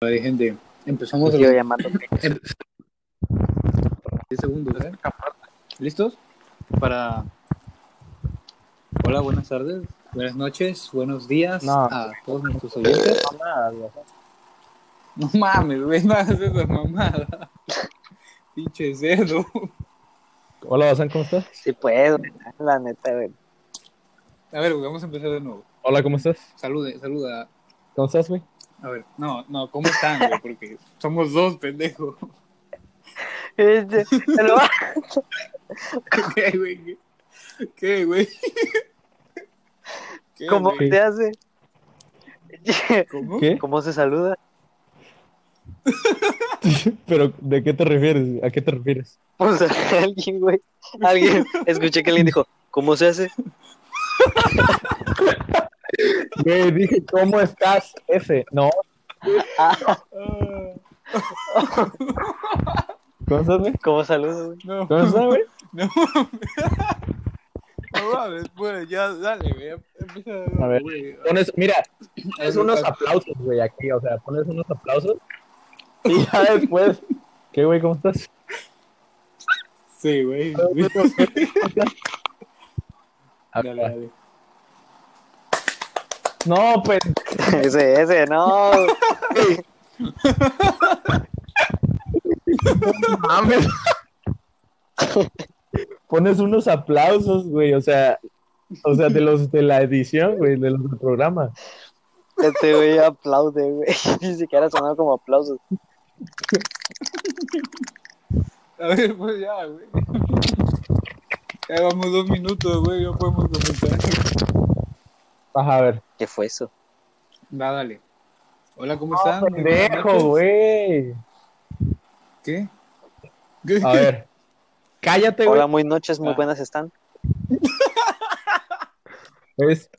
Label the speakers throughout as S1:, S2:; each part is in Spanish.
S1: dejen de.
S2: Pues
S1: Empezamos a
S3: Yo
S1: los
S3: llamando.
S1: 10 segundos, ¿eh? ¿Listos? Para. Hola, buenas tardes, buenas noches, buenos días
S3: No.
S1: a todos nuestros oyentes. No mames, güey, no hagas esa mamada. Pinche cerdo.
S2: Hola, Bazán, ¿cómo estás?
S3: Sí, pues, güey, la neta, güey.
S1: A ver, güey, vamos a empezar de nuevo.
S2: Hola, ¿cómo estás?
S1: Salude, saluda.
S2: ¿Cómo estás, güey?
S1: A ver, no, no, ¿cómo están, güey? Porque somos dos, pendejo.
S3: Este, te lo-
S1: ¿Qué, güey? ¿Qué? ¿Qué, güey? ¿Qué,
S3: ¿Cómo
S1: güey?
S3: te hace?
S1: ¿Cómo?
S2: ¿Qué?
S3: ¿Cómo se saluda?
S2: ¿Pero de qué te refieres? ¿A qué te refieres?
S3: Pues alguien, güey. Alguien, escuché que alguien dijo, ¿cómo se hace?
S2: Güey, dije, ¿cómo estás? Ese. No.
S1: Ah,
S2: ¿Cómo estás, güey?
S3: ¿Cómo saluda, güey?
S1: no.
S2: ¿Cómo estás, güey?
S1: No mames. No mames, pues ya, dale, güey. Empieza
S2: A ver.
S1: güey.
S2: Pones, mira,
S1: Es
S2: pones unos aplausos, güey, aquí. O sea, pones unos aplausos y ya después... ¿Qué, güey? ¿Cómo estás?
S1: Sí, güey.
S2: pues, A
S1: Dale,
S2: ver.
S1: dale.
S2: No, pues...
S3: Ese, ese, no. güey.
S2: Mames. Pones unos aplausos, güey, o sea... O sea, de los de la edición, güey, de los del programa.
S3: Este güey aplaude, güey. Ni siquiera sonaba como aplausos.
S1: A ver, pues ya, güey. Ya vamos dos minutos, güey. Ya podemos comenzar.
S2: Vas a ver.
S3: ¿Qué fue eso?
S1: Va, dale. Hola,
S2: Pues,
S1: ¿cómo
S2: ah,
S1: están?
S2: Pendejo, güey.
S1: ¿Qué? ¿Qué?
S2: A ver. Cállate, güey. Ah.
S3: Hola, muy noches, muy buenas están.
S2: Es-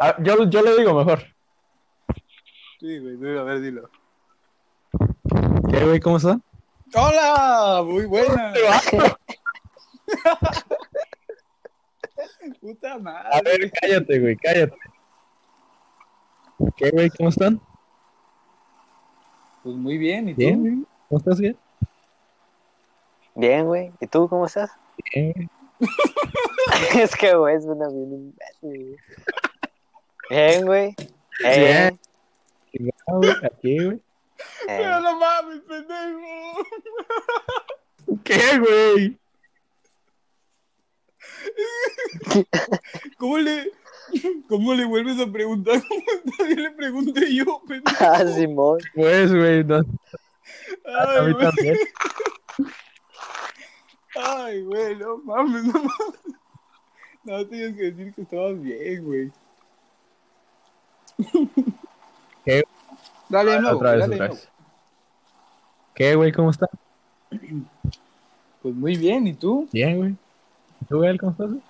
S2: Ah, yo, yo le digo mejor.
S1: Sí, güey. sí, A ver, dilo.
S2: ¿Qué, güey? ¿Cómo está?
S1: ¡Hola! Muy buena. Puta
S2: A
S1: madre.
S2: ver, cállate, güey, cállate. ¿Qué, güey? ¿Cómo están?
S1: Pues muy bien, ¿y tú?
S2: ¿Bien? güey? ¿Cómo estás, bien?
S3: Bien, güey. ¿Y tú cómo estás?
S2: Bien, güey.
S3: Es que, güey, es una bien imbécil, güey. Bien, güey. Eh,
S2: Ah, güey, Aquí, güey.
S3: eh.
S1: Pero no mames, pendejo.
S2: ¿Qué, güey?
S1: ¿Cómo le, ¿Cómo le vuelves a preguntar? ¿Cómo todavía le pregunté yo, pendejo?
S3: Ah, Simón.
S2: Pues, güey, no, a
S1: Ay,
S2: mí
S1: güey.
S2: también.
S1: Ay, güey, no mames, no mames. No, tenías que decir que estabas bien, güey.
S2: ¿Qué? Ah,
S1: Dale, no,
S2: Otra vez,
S1: dale,
S2: otra
S1: no.
S2: vez. ¿Qué, güey? ¿Cómo estás?
S1: Pues muy bien, ¿y tú?
S2: Bien, güey. ¿Y ¿Tú, güey? ¿Cómo estás? güey?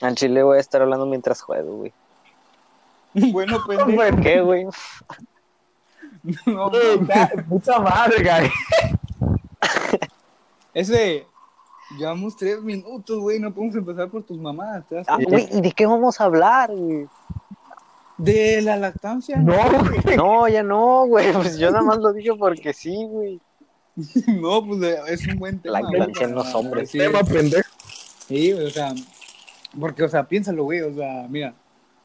S3: Al chile voy a estar hablando mientras juego, güey.
S1: Bueno, pendejo.
S3: ¿Por qué, güey?
S1: No, mames.
S2: Puta madre, güey.
S1: Ese, llevamos tres minutos, güey, no podemos empezar por tus mamás. ¿te das
S3: Ah,
S1: cuenta?
S3: güey, ¿y de qué vamos a hablar, güey?
S1: De la lactancia, no,
S2: No, güey.
S3: No, ya no, güey. Pues yo nada más lo dije porque sí, güey.
S1: no pues eh, es un buen tema. güey,
S3: Lactancia en
S1: para
S3: los hombres.
S1: decir-
S2: Tema pendejo.
S1: Sí, güey, o sea, porque, o sea, piénsalo, güey, o sea, mira,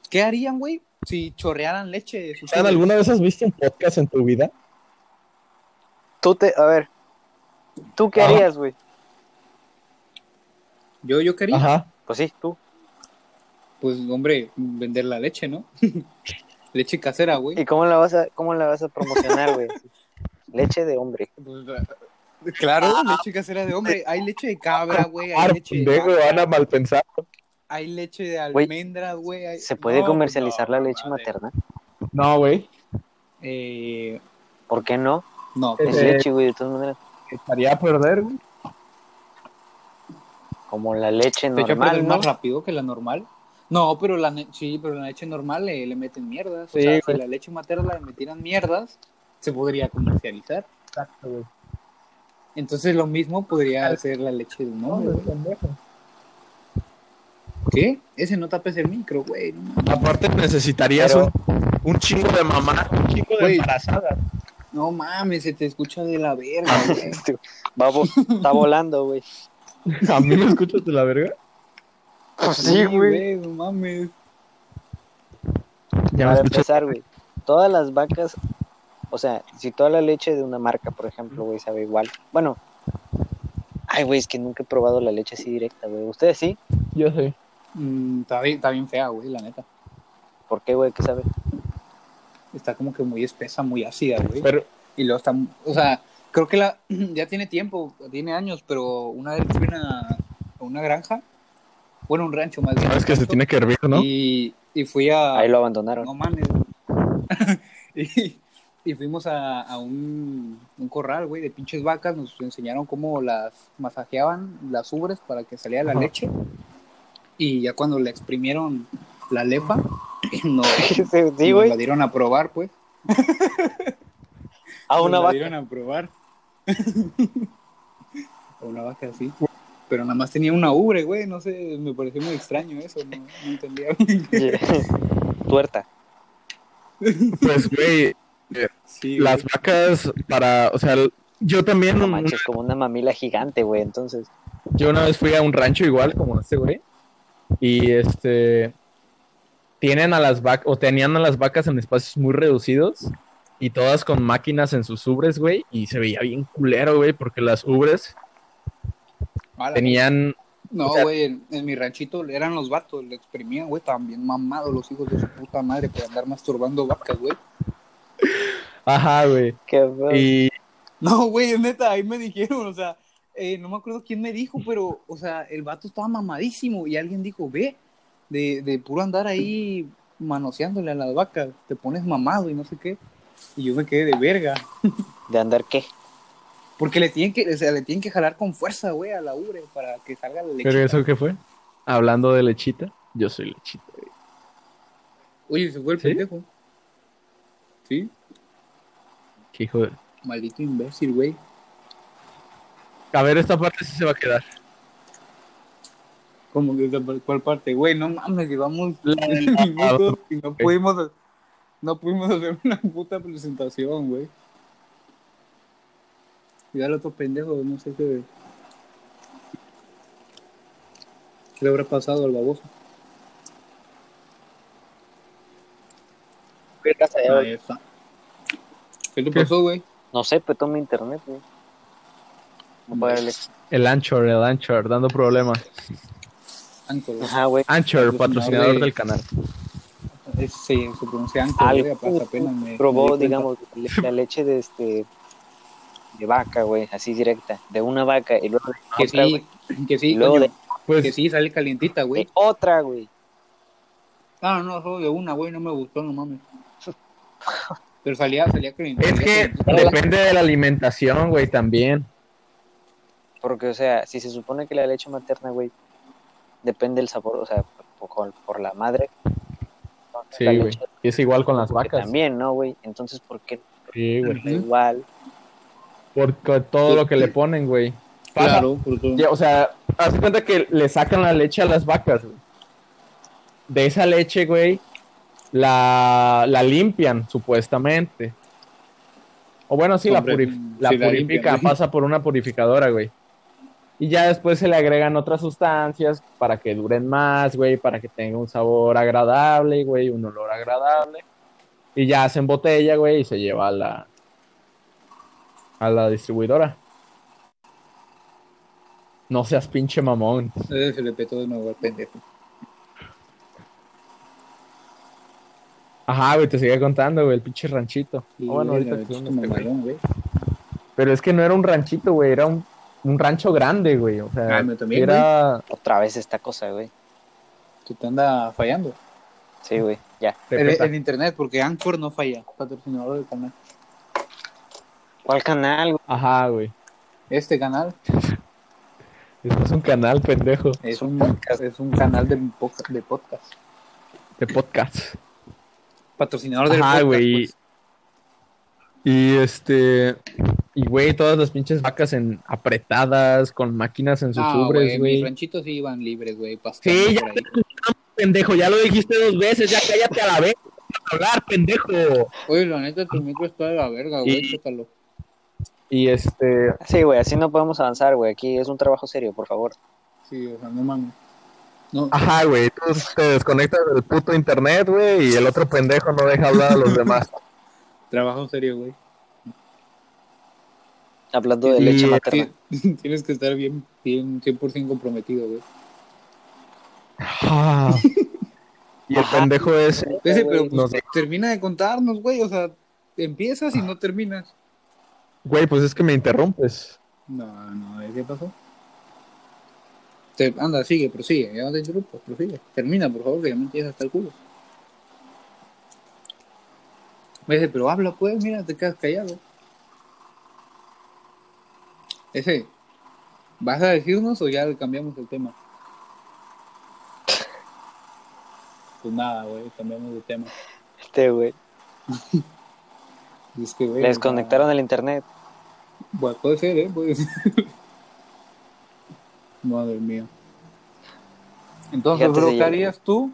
S1: ¿qué harían, güey, si chorrearan leche? de sus
S2: ¿Tan
S1: hijos?
S2: ¿Alguna vez has visto un podcast en tu vida?
S3: Tú te, a ver, ¿tú qué
S2: Ajá.
S3: harías, güey?
S1: Yo, yo quería,
S2: Ajá.
S3: Pues sí, tú.
S1: pues, hombre, vender la leche, ¿no? leche casera, güey.
S3: ¿Y cómo la vas a, cómo la vas a promocionar, güey? Leche de hombre.
S1: Pues, eh, claro,
S3: Ah,
S1: leche casera de hombre. Hay leche de cabra, güey, hay
S2: Ah,
S1: leche de
S2: pendejo,
S1: vaca,
S2: van a malpensar.
S1: hay leche de almendras, güey. hay-
S3: ¿Se puede
S1: No,
S3: comercializar
S1: no,
S3: la leche
S1: madre.
S3: materna?
S2: No, güey.
S1: Eh,
S3: ¿Por qué no?
S1: no, pues,
S2: Eh,
S3: Es
S2: Eh,
S3: leche, güey, de todas maneras.
S2: Estaría a perder, güey.
S3: Como la leche
S1: de hecho, pero
S3: normal,
S1: es
S3: ¿no?
S1: más rápido que la normal. No, pero la, ne- sí, pero la leche normal le, le meten mierdas.
S2: Sí,
S1: o sea, si
S2: güey.
S1: la leche materna le metieran mierdas, se podría comercializar.
S2: Exacto, güey.
S1: Entonces lo mismo podría hacer la leche de un hombre. güey. qué? Ese no tapes el micro, güey. no mames.
S4: Aparte necesitarías
S3: Pero-
S4: un, un chingo de mamá, un chingo de
S1: Güey.
S4: embarazadas.
S1: No mames, se te escucha de la verga, güey.
S3: Este, va vo- está volando, güey.
S2: ¿A mí me escuchas de la verga?
S3: Pues sí, güey.
S1: No mames.
S2: Ya me
S3: Para
S2: escuchas.
S3: empezar, güey. Todas las vacas, o sea, si toda la leche de una marca, por ejemplo, güey, sabe igual. Bueno. Ay, güey, es que nunca he probado la leche así directa, güey. ¿Ustedes sí?
S2: pues, Yo sé.
S1: Mm, está, bien, está bien fea, güey, la neta.
S3: ¿Por qué, güey? ¿Qué sabe?
S1: Está como que muy espesa, muy ácida, güey.
S2: Pero,
S1: Y luego está, o sea, creo que la ya tiene tiempo, tiene años, pero una vez fui a una, a una granja, bueno, un rancho más bien.
S4: Sabes Ah, que se tiene que hervir, ¿no?
S1: Y, y fui a...
S3: Ahí lo abandonaron.
S1: Ah. No mames. y, y fuimos a, a un, un corral, güey, de pinches vacas. Nos enseñaron cómo las masajeaban, las ubres, para que saliera la
S2: Ajá.
S1: leche. Y ya cuando le exprimieron la lefa, nos,
S3: sí,
S1: nos la
S3: güey.
S1: dieron a probar, pues.
S3: A
S1: Nos
S3: una
S1: Pues la
S3: vaca.
S1: dieron a probar. a una vaca, sí. Pero nada más tenía una ubre, güey. No sé, me pareció muy extraño eso. No, no entendía.
S3: Yeah. Tuerta.
S4: Pues, güey,
S1: sí,
S4: las vacas para, o sea, el- yo también,
S3: No
S4: un-
S3: manches, como una mamila gigante, güey. Entonces,
S2: Yo una vez fui a un rancho igual, como este güey, y este. Tienen a las vacas, o tenían a las vacas en espacios muy reducidos, y todas con máquinas en sus ubres, güey, y se veía bien culero, güey, porque las ubres
S1: Mala,
S2: tenían.
S1: No,
S2: O sea-
S1: güey, en, en mi ranchito eran los vatos, le exprimían, güey, también mamados los hijos de su puta madre por andar masturbando vacas, güey.
S2: Ajá, güey.
S3: qué feo.
S2: Y
S1: No, güey, es neta, ahí me dijeron, o sea, eh, no me acuerdo quién me dijo, pero, o sea, el vato estaba mamadísimo y alguien dijo, ve, de, de puro andar ahí manoseándole a las vacas, te pones mamado y no sé qué. Y yo me quedé de verga,
S3: ¿De andar qué?
S1: porque le tienen que, o sea, le tienen que jalar con fuerza, güey, a la ubre para que salga la leche.
S2: ¿Pero eso qué fue? Hablando de lechita, yo soy lechita.
S1: Oye, se fue el
S2: ¿Sí?
S1: pendejo. Sí,
S2: Qué hijo de...
S1: maldito imbécil, güey.
S2: A ver, esta parte sí se va a quedar.
S1: Como que esa par- cuál parte, güey, no mames, llevamos
S2: La-
S1: 10 minutos y no pudimos, no pudimos hacer una puta presentación, güey. Y al otro pendejo, no sé qué. ¿Qué le habrá pasado al baboso?
S2: Ah,
S1: Ahí está. ¿Qué te
S2: ¿Qué?
S1: pasó, güey?
S3: No sé, pues toma internet, güey.
S2: Pues,
S3: No puedo darle-
S2: El Anchor, el Anchor, dando problemas.
S1: Anchor, güey.
S3: Ajá, güey.
S2: Anchor, patrocinador
S1: Madre.
S2: del canal.
S1: Es- Sí, se pronuncia Anchor, güey,
S3: Algo
S1: hasta apenas me- me di
S3: probó,
S1: cuenta.
S3: digamos, le- la leche de este de vaca, güey, así directa, de una vaca y luego de
S1: Que
S3: otra,
S1: sí,
S3: güey,
S1: que
S3: y
S1: sí,
S3: luego de,
S1: coño, que
S2: Pues,
S1: sí, sale calientita, güey.
S3: de otra, güey.
S1: Ah, no, solo de una, güey, no me gustó, no mames. Pero salía, salía que...
S2: es que depende de la alimentación, güey, también.
S3: Porque, o sea, si se supone que la leche materna, güey, depende del sabor, o sea, por, por- por la madre. entonces
S2: Sí,
S3: la
S2: güey.
S3: leche
S2: Y es igual con las
S3: que
S2: vacas.
S3: También, ¿no, güey? Entonces, ¿por qué
S2: Sí, güey.
S3: Da igual?
S2: Porque todo lo que le ponen, güey.
S1: Claro, por todo.
S2: Ya, O sea, haz de cuenta que le sacan la leche a las vacas, güey. De esa leche, güey, la, la limpian, supuestamente. O bueno, sí, la,
S1: Hombre,
S2: purif-
S1: mm,
S2: la
S1: sí, la
S2: purifica,
S1: limpian, güey.
S2: pasa por una purificadora, güey. Y ya después se le agregan otras sustancias para que duren más, güey, para que tenga un sabor agradable, güey, un olor agradable. Y ya hacen botella, güey, y se lleva a la, a la distribuidora. No seas pinche mamón.
S1: Eh, Se le petó de nuevo al pendejo.
S2: Ah, Ajá, güey, te seguía contando, güey, el pinche ranchito.
S1: Y,
S2: Ah, bueno,
S1: güey,
S2: ahorita
S1: la
S2: te
S1: verdad,
S2: cuento, güey.
S1: mamalón, güey.
S2: Pero es que no era un ranchito, güey, era un, un rancho grande, güey. O sea,
S1: Ah, no, también,
S2: era...
S3: Otra vez esta cosa, güey.
S1: Que te anda fallando.
S3: Sí, güey, ya.
S2: te
S1: El,
S2: peta.
S1: el internet, porque Anchor no falla. Patrocinador del canal.
S3: ¿Cuál canal, güey?
S2: Ajá, güey.
S1: Este canal
S2: Esto es un canal, pendejo,
S1: es un, es un canal de, poca- de podcast.
S2: de podcast.
S1: Patrocinador del
S2: Ajá,
S1: podcast.
S2: güey.
S1: pues.
S2: Y este... Y, güey, todas las pinches vacas en apretadas, con máquinas en sus
S1: Ah,
S2: ubres,
S1: güey, mis
S2: güey.
S1: ranchitos sí iban libres, güey.
S2: Sí,
S1: pastando
S2: ya
S1: por ahí.
S2: te
S4: pendejo, ya lo dijiste dos veces, ya cállate a la vez. Hablar, pendejo.
S1: Oye, la neta, tu micro está de la verga, güey,
S2: Y-
S1: chócalo.
S2: Y este,
S3: Sí, güey, así no podemos avanzar, güey. Aquí es un trabajo serio, por favor.
S1: Sí, o sea, no mames. No,
S4: Ajá, güey, tú te desconectas del puto internet, güey, y el otro pendejo no deja hablar a los demás.
S1: trabajo serio, güey.
S3: Hablando de
S4: Y-
S3: leche materna.
S1: Ti- Tienes que estar bien, bien, 100% comprometido, güey.
S4: y el pendejo es
S1: Ese, pero pues,
S4: Eh, no sé. Ah.
S1: termina de contarnos, güey, o sea, empiezas y no terminas.
S4: Güey, pues es que me interrumpes.
S1: No, no, ¿eh? ¿qué pasó? Te- anda, sigue, prosigue, ya no te interrumpo, prosigue. Termina, por favor, que ya me empiezas hasta el culo. Me dice, pero habla pues, mira, te quedas callado. Ese, ¿vas a decirnos o ya le cambiamos el tema? Pues nada, güey, cambiamos de tema.
S3: Este, güey.
S1: Y es que, güey,
S3: Le
S1: o sea,
S3: desconectaron el internet.
S1: Bueno, puede ser, ¿eh? Puede ser. Madre mía. Entonces,
S3: Fíjate
S1: bro,
S3: si
S1: ¿qué
S3: yo-
S1: harías tú?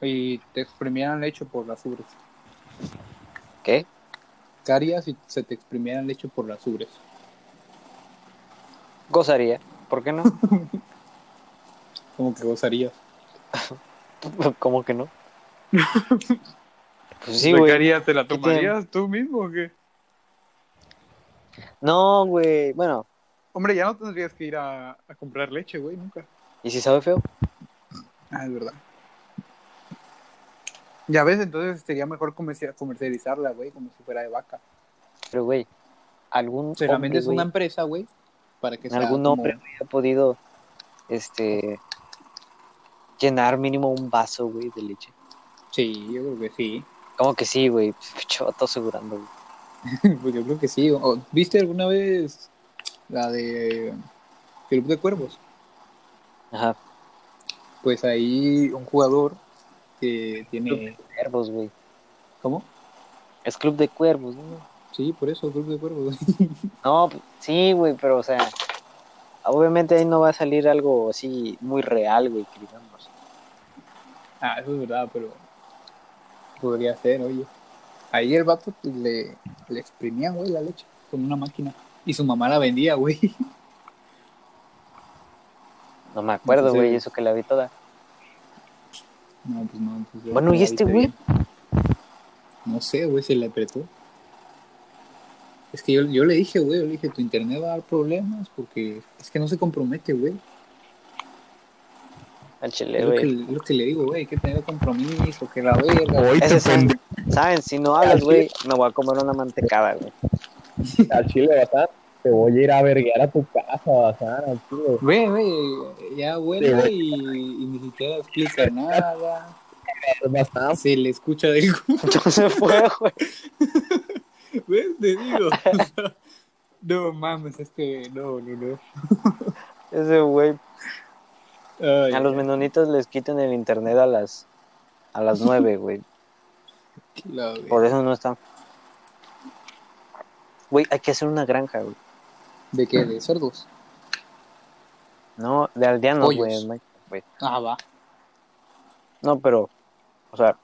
S1: Y te exprimieran leche por las ubres.
S3: ¿Qué?
S1: ¿Qué harías si se te exprimieran leche por las ubres?
S3: Gozaría. ¿Por qué no?
S1: Como que gozarías.
S3: ¿Cómo que no? Pues sí, güey.
S1: harías? ¿Te la
S3: ¿Qué tomarías
S1: tú mismo o qué?
S3: No, güey. Bueno,
S1: Hombre, ya no tendrías que ir a, comprar leche, güey, nunca.
S3: ¿y si sabe feo?
S1: Ah, es verdad. Ya ves, entonces sería mejor comerci- comercializarla, güey, como si fuera de vaca.
S3: Pero, güey, algún
S1: Se la
S3: hombre,
S1: vendes a
S3: güey,
S1: una empresa, güey, para que sea
S3: algún
S1: como-
S3: hombre güey, ha podido, este, llenar mínimo un vaso, güey, de leche.
S1: Sí, yo creo que sí.
S3: ¿Cómo que sí, güey? Pinche vato asegurando, güey.
S1: Pues yo creo que sí. O- ¿Viste alguna vez la de Club de Cuervos?
S3: Ajá,
S1: Pues ahí un jugador que tiene...
S3: cuervos, güey.
S1: ¿Cómo?
S3: Es club de cuervos, ¿no?
S1: Sí, por eso, Club de Cuervos.
S3: No, p- sí, güey, pero, o sea, obviamente ahí no va a salir algo así muy real, güey, que digamos.
S1: ah, eso es verdad, pero podría ser, oye. Ahí el vato pues, le, le exprimía, güey, la leche con una máquina. Y su mamá la vendía, güey.
S3: No me acuerdo,
S1: Sí.
S3: güey, eso que la vi toda.
S1: No, pues no. pues yo
S3: Bueno, ¿y
S1: la
S3: este
S1: vi
S3: güey?
S1: bien. No sé, güey, se le apretó. Es que yo, yo le dije, güey, yo le dije, tu internet va a dar problemas porque es que no se compromete, güey.
S3: Al chile,
S1: Es lo, que,
S3: güey.
S1: es lo que le digo, güey, hay que tener compromiso, que la verga.
S4: Hoy
S3: Ese
S4: te
S3: saben,
S4: pendejo
S3: saben, si no hablas, güey, me voy a comer una mantecada, güey.
S2: al chile, Bazán, te voy a ir a verguear a tu casa, Bazán, al chile.
S1: Güey, güey, ya vuelve y, y ni siquiera explica nada.
S3: Ah.
S4: Bazán.
S1: Se le escucha del
S3: Entonces fue, güey.
S1: güey, te digo. o sea, no mames, es que no, no, no.
S3: Ese güey.
S1: Ay,
S3: A los menonitas les quitan el internet a las a las nueve, güey.
S1: la verga.
S3: Por eso no están. Güey, hay que hacer una granja, güey.
S1: ¿De qué? ¿De cerdos?
S3: No, de aldeanos,
S1: Pollos.
S3: güey. ma- güey.
S1: Ah, va.
S3: No, pero, o sea,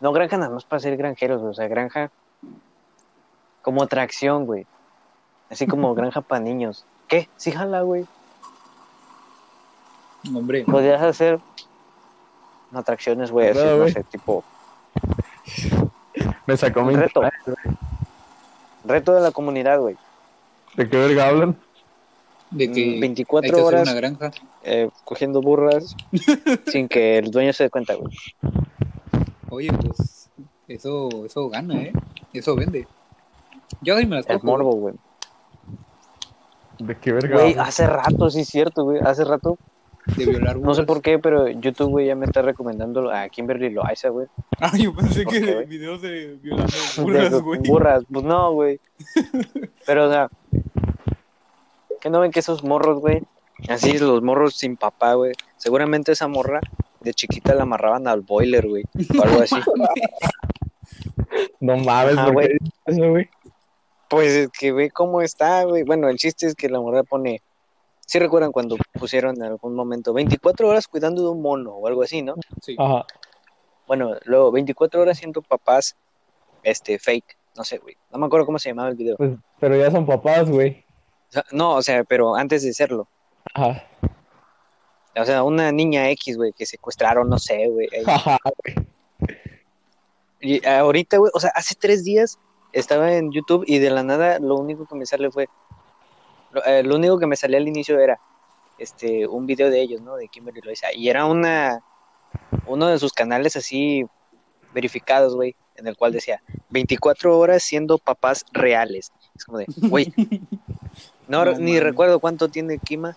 S3: no granja nada más para ser granjeros, güey. O sea, granja como atracción, güey. Así como granja para niños. ¿Qué? Sí, jala, güey.
S1: Hombre,
S3: Podrías hacer atracciones, güey, así,
S4: Claro,
S3: no
S4: güey.
S3: sé, tipo
S4: Me sacó mi
S3: un reto. Reto de la comunidad, güey.
S4: ¿De qué verga hablan?
S1: de que...
S3: Mm,
S1: Hay que
S3: 24
S1: hacer
S3: horas
S1: una granja.
S3: eh, cogiendo burras sin que el dueño se dé cuenta, güey.
S1: Oye, pues eso, eso gana, ¿eh? Eso vende. Yo ahí me las
S3: El
S1: cojo,
S3: morbo, güey.
S4: ¿De qué verga
S3: Güey,
S4: hablan?
S3: hace rato, sí es cierto, güey. Hace rato,
S1: de violar
S3: no sé
S1: burras.
S3: por qué, pero YouTube, güey, ya me está recomendando a Kimberly Loaiza, güey.
S1: Ah, yo pensé
S3: ¿Por
S1: que
S3: qué, güey?
S1: videos de violando
S3: De-
S1: burras, güey.
S3: burras, pues no, güey. Pero, o sea, que no ven que esos morros, güey, así los morros sin papá, güey. Seguramente esa morra de chiquita la amarraban al boiler, güey, o algo así.
S4: No mames,
S3: Ah,
S4: ¿por
S3: güey.
S4: qué dices eso, güey?
S3: Pues es que ve cómo está, güey. Bueno, el chiste es que la morra pone, ¿Sí recuerdan cuando pusieron en algún momento 24 horas cuidando de un mono o algo así, ¿no?
S1: Sí.
S2: Ajá.
S3: Bueno, luego 24 horas siendo papás, este, fake, no sé, güey. No me acuerdo cómo se llamaba el video.
S2: Pues, pero ya son papás, güey.
S3: O sea, no, o sea, pero antes de serlo.
S2: Ajá.
S3: O sea, una niña X, güey, que secuestraron, no sé, güey. ahí.
S2: Ajá.
S3: Y eh, ahorita, güey, o sea, hace tres días estaba en YouTube y de la nada lo único que me sale fue. Lo, eh, lo único que me salía al inicio era este un video de ellos, ¿no? De Kimberly Loaiza. Y era una. Uno de sus canales así verificados, güey, en el cual decía 24 horas siendo papás reales. Es como de, güey. No,
S1: No
S3: ni
S1: mames.
S3: recuerdo cuánto tiene Kima,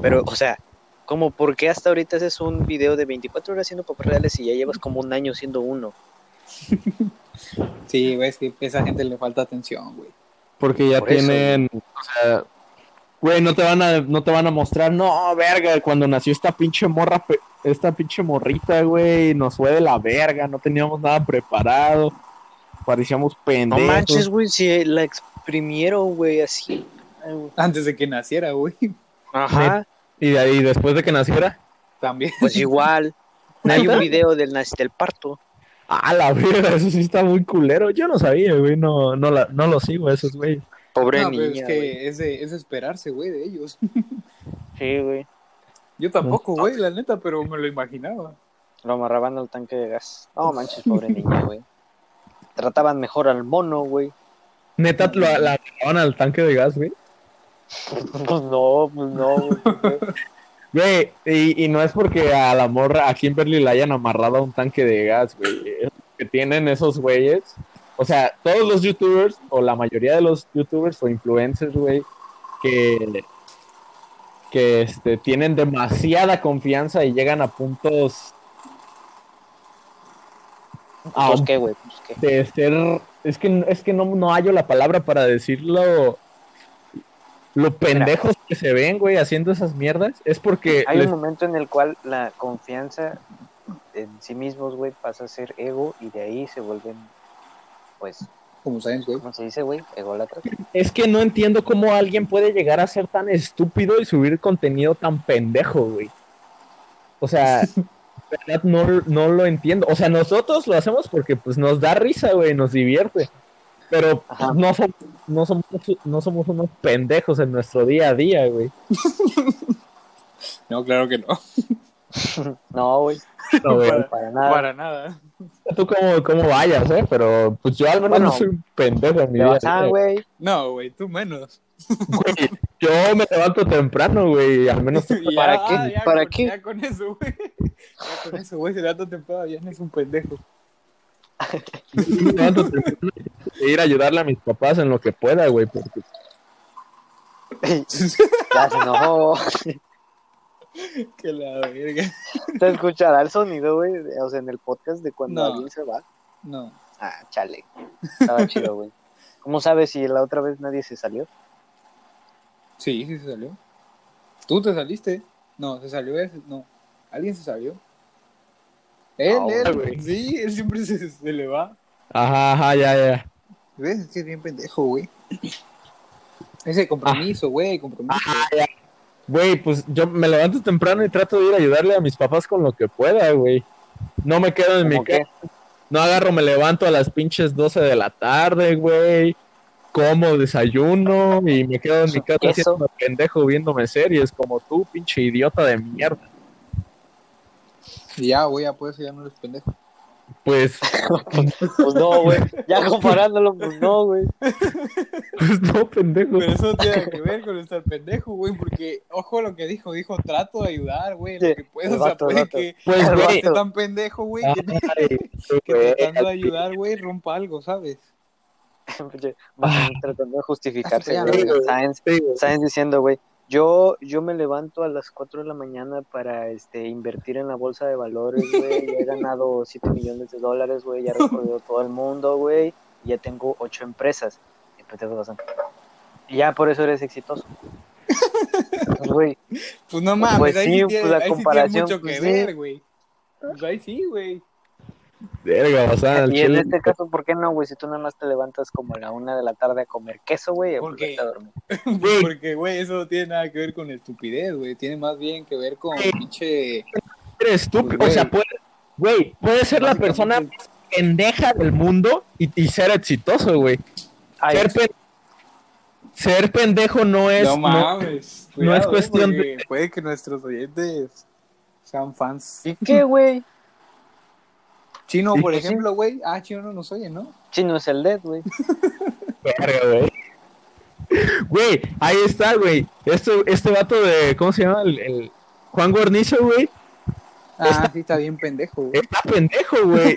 S3: pero, o sea, como, ¿por qué hasta ahorita haces un video de 24 horas siendo papás reales y ya llevas como un año siendo uno?
S1: Sí, güey, es que a esa gente le falta atención, güey.
S2: Porque ya
S3: Por eso,
S2: tienen, o sea, güey, no te van a, no te van a mostrar, no, verga, cuando nació esta pinche morra, pe- esta pinche morrita, güey, nos fue de la verga, no teníamos nada preparado, parecíamos
S3: No
S2: pendejos.
S3: manches, güey, si la exprimieron, güey, así. Ay, güey.
S1: Antes de que naciera, güey.
S3: Ajá,
S4: Y de ahí, después de que naciera,
S1: También.
S3: pues igual. Hay un video del, nas- del parto.
S2: Ah, la verga, eso sí está muy culero. Yo no sabía, güey, no, no, la, no lo sigo a esos güey.
S3: Pobre
S1: No, pero
S3: niña,
S1: es
S3: güey.
S1: que es de, es de esperarse, güey, de ellos.
S3: Sí, güey.
S1: Yo tampoco, güey, la neta, pero me lo imaginaba.
S3: Lo amarraban al tanque de gas. No manches, pobre niña, güey. Trataban mejor al mono, güey.
S4: neta lo, la tiraban al tanque de gas, güey.
S3: Pues no, pues no, güey.
S2: Güey, y, y no es porque a la morra, a Kimberly la hayan amarrado a un tanque de gas, güey. Es lo Que tienen esos güeyes. O sea, todos los youtubers, o la mayoría de los youtubers o influencers, güey, que, que este, tienen demasiada confianza y llegan a puntos a
S3: Pues
S2: un-
S3: qué, güey, pues qué.
S2: de ser. Es que, es que no, no hallo la palabra para decirlo. Lo pendejos que se ven, güey, haciendo esas mierdas. Es porque.
S3: Hay
S2: les-
S3: un momento en el cual la confianza en sí mismos, güey, pasa a ser ego y de ahí se vuelven, pues,
S1: Como saben, güey.
S3: ¿cómo se dice, güey? Ególatras.
S2: Es que no entiendo cómo alguien puede llegar a ser tan estúpido y subir contenido tan pendejo, güey. O sea, en verdad no, no lo entiendo. O sea, nosotros lo hacemos porque pues nos da risa, güey, nos divierte. Pero pues,
S3: Ajá.
S2: no, som- no, somos, no somos unos pendejos en nuestro día a día, güey.
S1: No, claro que no.
S3: No, güey,
S2: No, güey.
S3: para, nada.
S1: Para nada.
S2: Tú cómo, cómo vayas, ¿eh? Pero pues yo al menos
S3: Bueno,
S2: no soy un pendejo en mi eh.
S3: Te
S2: día.
S3: vas a,
S2: a día.
S3: "Ah, güey.
S1: No, güey, tú menos.
S2: Güey, Yo me levanto temprano, güey. Al menos
S1: Y
S3: ¿Para qué? ¿Para
S1: con,
S3: qué?
S1: ah, Ya con eso, güey. Ya con eso, güey, se da tan temprano, ya no es un pendejo.
S2: me levanto temprano e ir a ayudarle a mis papás en lo que pueda, güey. porque-
S3: Ya se enojó.
S1: que la verga.
S3: Se escuchará el sonido, güey, o sea, en el podcast de cuando
S1: No.
S3: alguien se va.
S1: No.
S3: Ah, chale. Estaba chido, güey. ¿Cómo sabes si la otra vez nadie se salió?
S1: Sí, sí se salió. ¿Tú te saliste? No, se salió ese. No. ¿Alguien se salió? Él,
S3: Ahora,
S1: él.
S2: güey.
S1: Sí, él siempre se, se le va.
S2: Ajá, ajá, ya, ya.
S1: ¿Ves? Es que es bien pendejo, güey. Ese compromiso, güey, compromiso.
S3: Ah,
S2: Güey, pues yo me levanto temprano y trato de ir a ayudarle a mis papás con lo que pueda, güey. No me quedo en mi
S3: Como que,
S2: casa. No agarro, me levanto a las pinches 12 de la tarde, güey. Como desayuno y me quedo en mi casa
S3: Eso.
S2: haciendo pendejo viéndome series como tú, pinche idiota de mierda.
S1: Y ya, güey, ya por eso ya no eres pendejo.
S2: Pues,
S3: Pues no, güey. Ya comparándolo, pues no, güey.
S2: pues no, pendejo.
S1: Pero eso no tiene que ver con estar pendejo, güey, porque, ojo lo que dijo, dijo, trato de ayudar, güey, lo
S3: Sí,
S1: que puedo,
S3: el
S1: o sea,
S3: vato, el
S1: puede
S3: vato. Ah,
S1: que,
S2: Pues,
S1: que
S2: güey.
S1: esté tan pendejo, güey, que,
S2: Ay,
S1: que
S2: güey,
S1: tratando de ayudar, güey, rompa algo, ¿sabes?
S3: Va tratando de justificarse,
S1: Ah,
S3: güey.
S1: sí, güey.
S3: Sáenz-
S2: sí, güey.
S3: Saben diciendo, güey, yo, yo me levanto a las 4 de la mañana para este, invertir en la bolsa de valores, güey. Ya he ganado 7 millones de dólares, güey. Ya he recorrido todo el mundo, güey. y Ya tengo 8 empresas. Y pues, tengo razón. Y ya por eso eres exitoso. Pues, güey,
S1: Pues no mames,
S3: Pues
S1: ahí,
S3: sí,
S1: sí,
S3: pues
S1: tiene,
S3: la
S1: ahí sí tiene
S3: comparación,
S1: mucho que
S3: pues sí.
S1: ver, güey. Pues ahí sí, güey.
S4: Verga, o sea, el
S3: Y en
S4: chile.
S3: este caso, ¿por qué no, güey? Si tú nada más te levantas como a la una de la tarde a comer queso, güey,
S1: ¿Por
S3: porque
S1: qué?
S3: a dormir.
S1: Porque, güey, eso no tiene nada que ver con estupidez, güey. Tiene más bien que ver con pinche.
S4: Eres
S1: pues,
S4: estúpido. O sea, puede,
S2: Güey, puedes ser la persona más pendeja del mundo y, y ser exitoso, güey.
S3: Ay,
S2: Ser, pen- ser pendejo no es.
S1: no
S2: no-
S1: mames. eh,
S2: no es cuestión
S1: porque Puede que nuestros oyentes sean fans.
S3: ¿Y qué, güey?
S1: Chino,
S4: Sí,
S1: por
S4: sí.
S1: ejemplo, güey. Ah, Chino no nos oye, ¿no?
S3: Chino es el dead, güey.
S4: verga, güey.
S2: Güey, ahí está, güey. Este, este vato de. ¿Cómo se llama? El, el Juan Guarnizo, güey.
S1: Ah, sí, está bien pendejo, güey.
S2: Está pendejo, güey.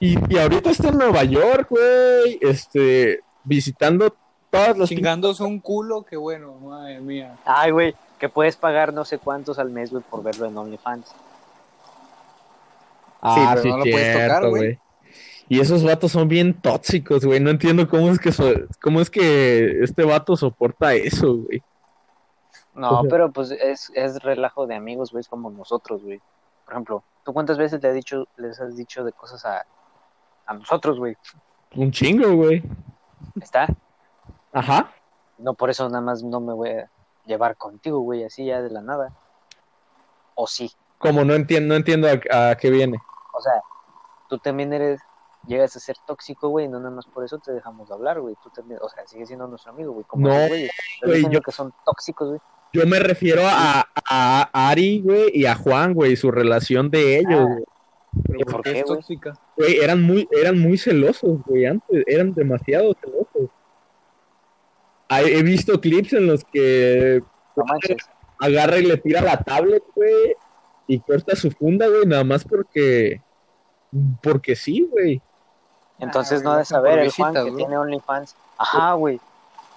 S2: Y, y ahorita está en Nueva York, güey. Este. Visitando todas las.
S1: Chingándose un culo, que bueno, madre mía.
S3: Ay, güey, que puedes pagar no sé cuántos al mes, güey, por verlo en OnlyFans.
S2: Ah,
S1: pero
S2: sí,
S1: no lo puedes
S2: cierto,
S1: tocar, güey.
S2: güey. Y esos vatos son bien tóxicos, güey. No entiendo cómo es que so- cómo es que este vato soporta eso, güey.
S3: No,
S2: Ujú.
S3: pero pues es, es relajo de amigos, güey, es como nosotros, güey. Por ejemplo, ¿tú cuántas veces le has dicho, les has dicho de cosas a, a nosotros, güey?
S2: Un chingo, güey.
S3: ¿Está?
S2: Ajá.
S3: No, por eso nada más no me voy a llevar contigo, güey, así ya de la nada. O sí.
S2: Como no entiendo, no entiendo a, a qué viene.
S3: O sea, tú también eres, llegas a ser tóxico, güey, no nada más por eso te dejamos de hablar, güey. Tú también, o sea, sigues siendo nuestro amigo, güey. Como
S2: No,
S3: esos güeyes. Estás
S2: güey,
S3: diciendo
S2: yo-
S3: que son tóxicos, güey.
S2: Yo me refiero a, a- a Ari, güey, y a Juan, güey, su relación de
S1: Ah.
S2: ellos, güey.
S1: Pero
S3: ¿Y
S1: ¿por
S3: por
S1: qué
S3: qué,
S1: es
S3: güey?
S1: tóxica?
S2: Güey, eran muy, eran muy celosos, güey, antes, eran demasiado celosos. Hay- he visto clips en los que
S3: No manches.
S2: agarra y le tira la tablet, güey, y corta su funda, güey, nada más porque, porque sí, güey.
S3: Entonces
S1: Ah,
S3: no
S1: güey,
S3: ha de
S1: hacen por
S3: saber el
S1: visitas,
S3: Juan que
S1: bro.
S3: tiene OnlyFans. Ajá, güey.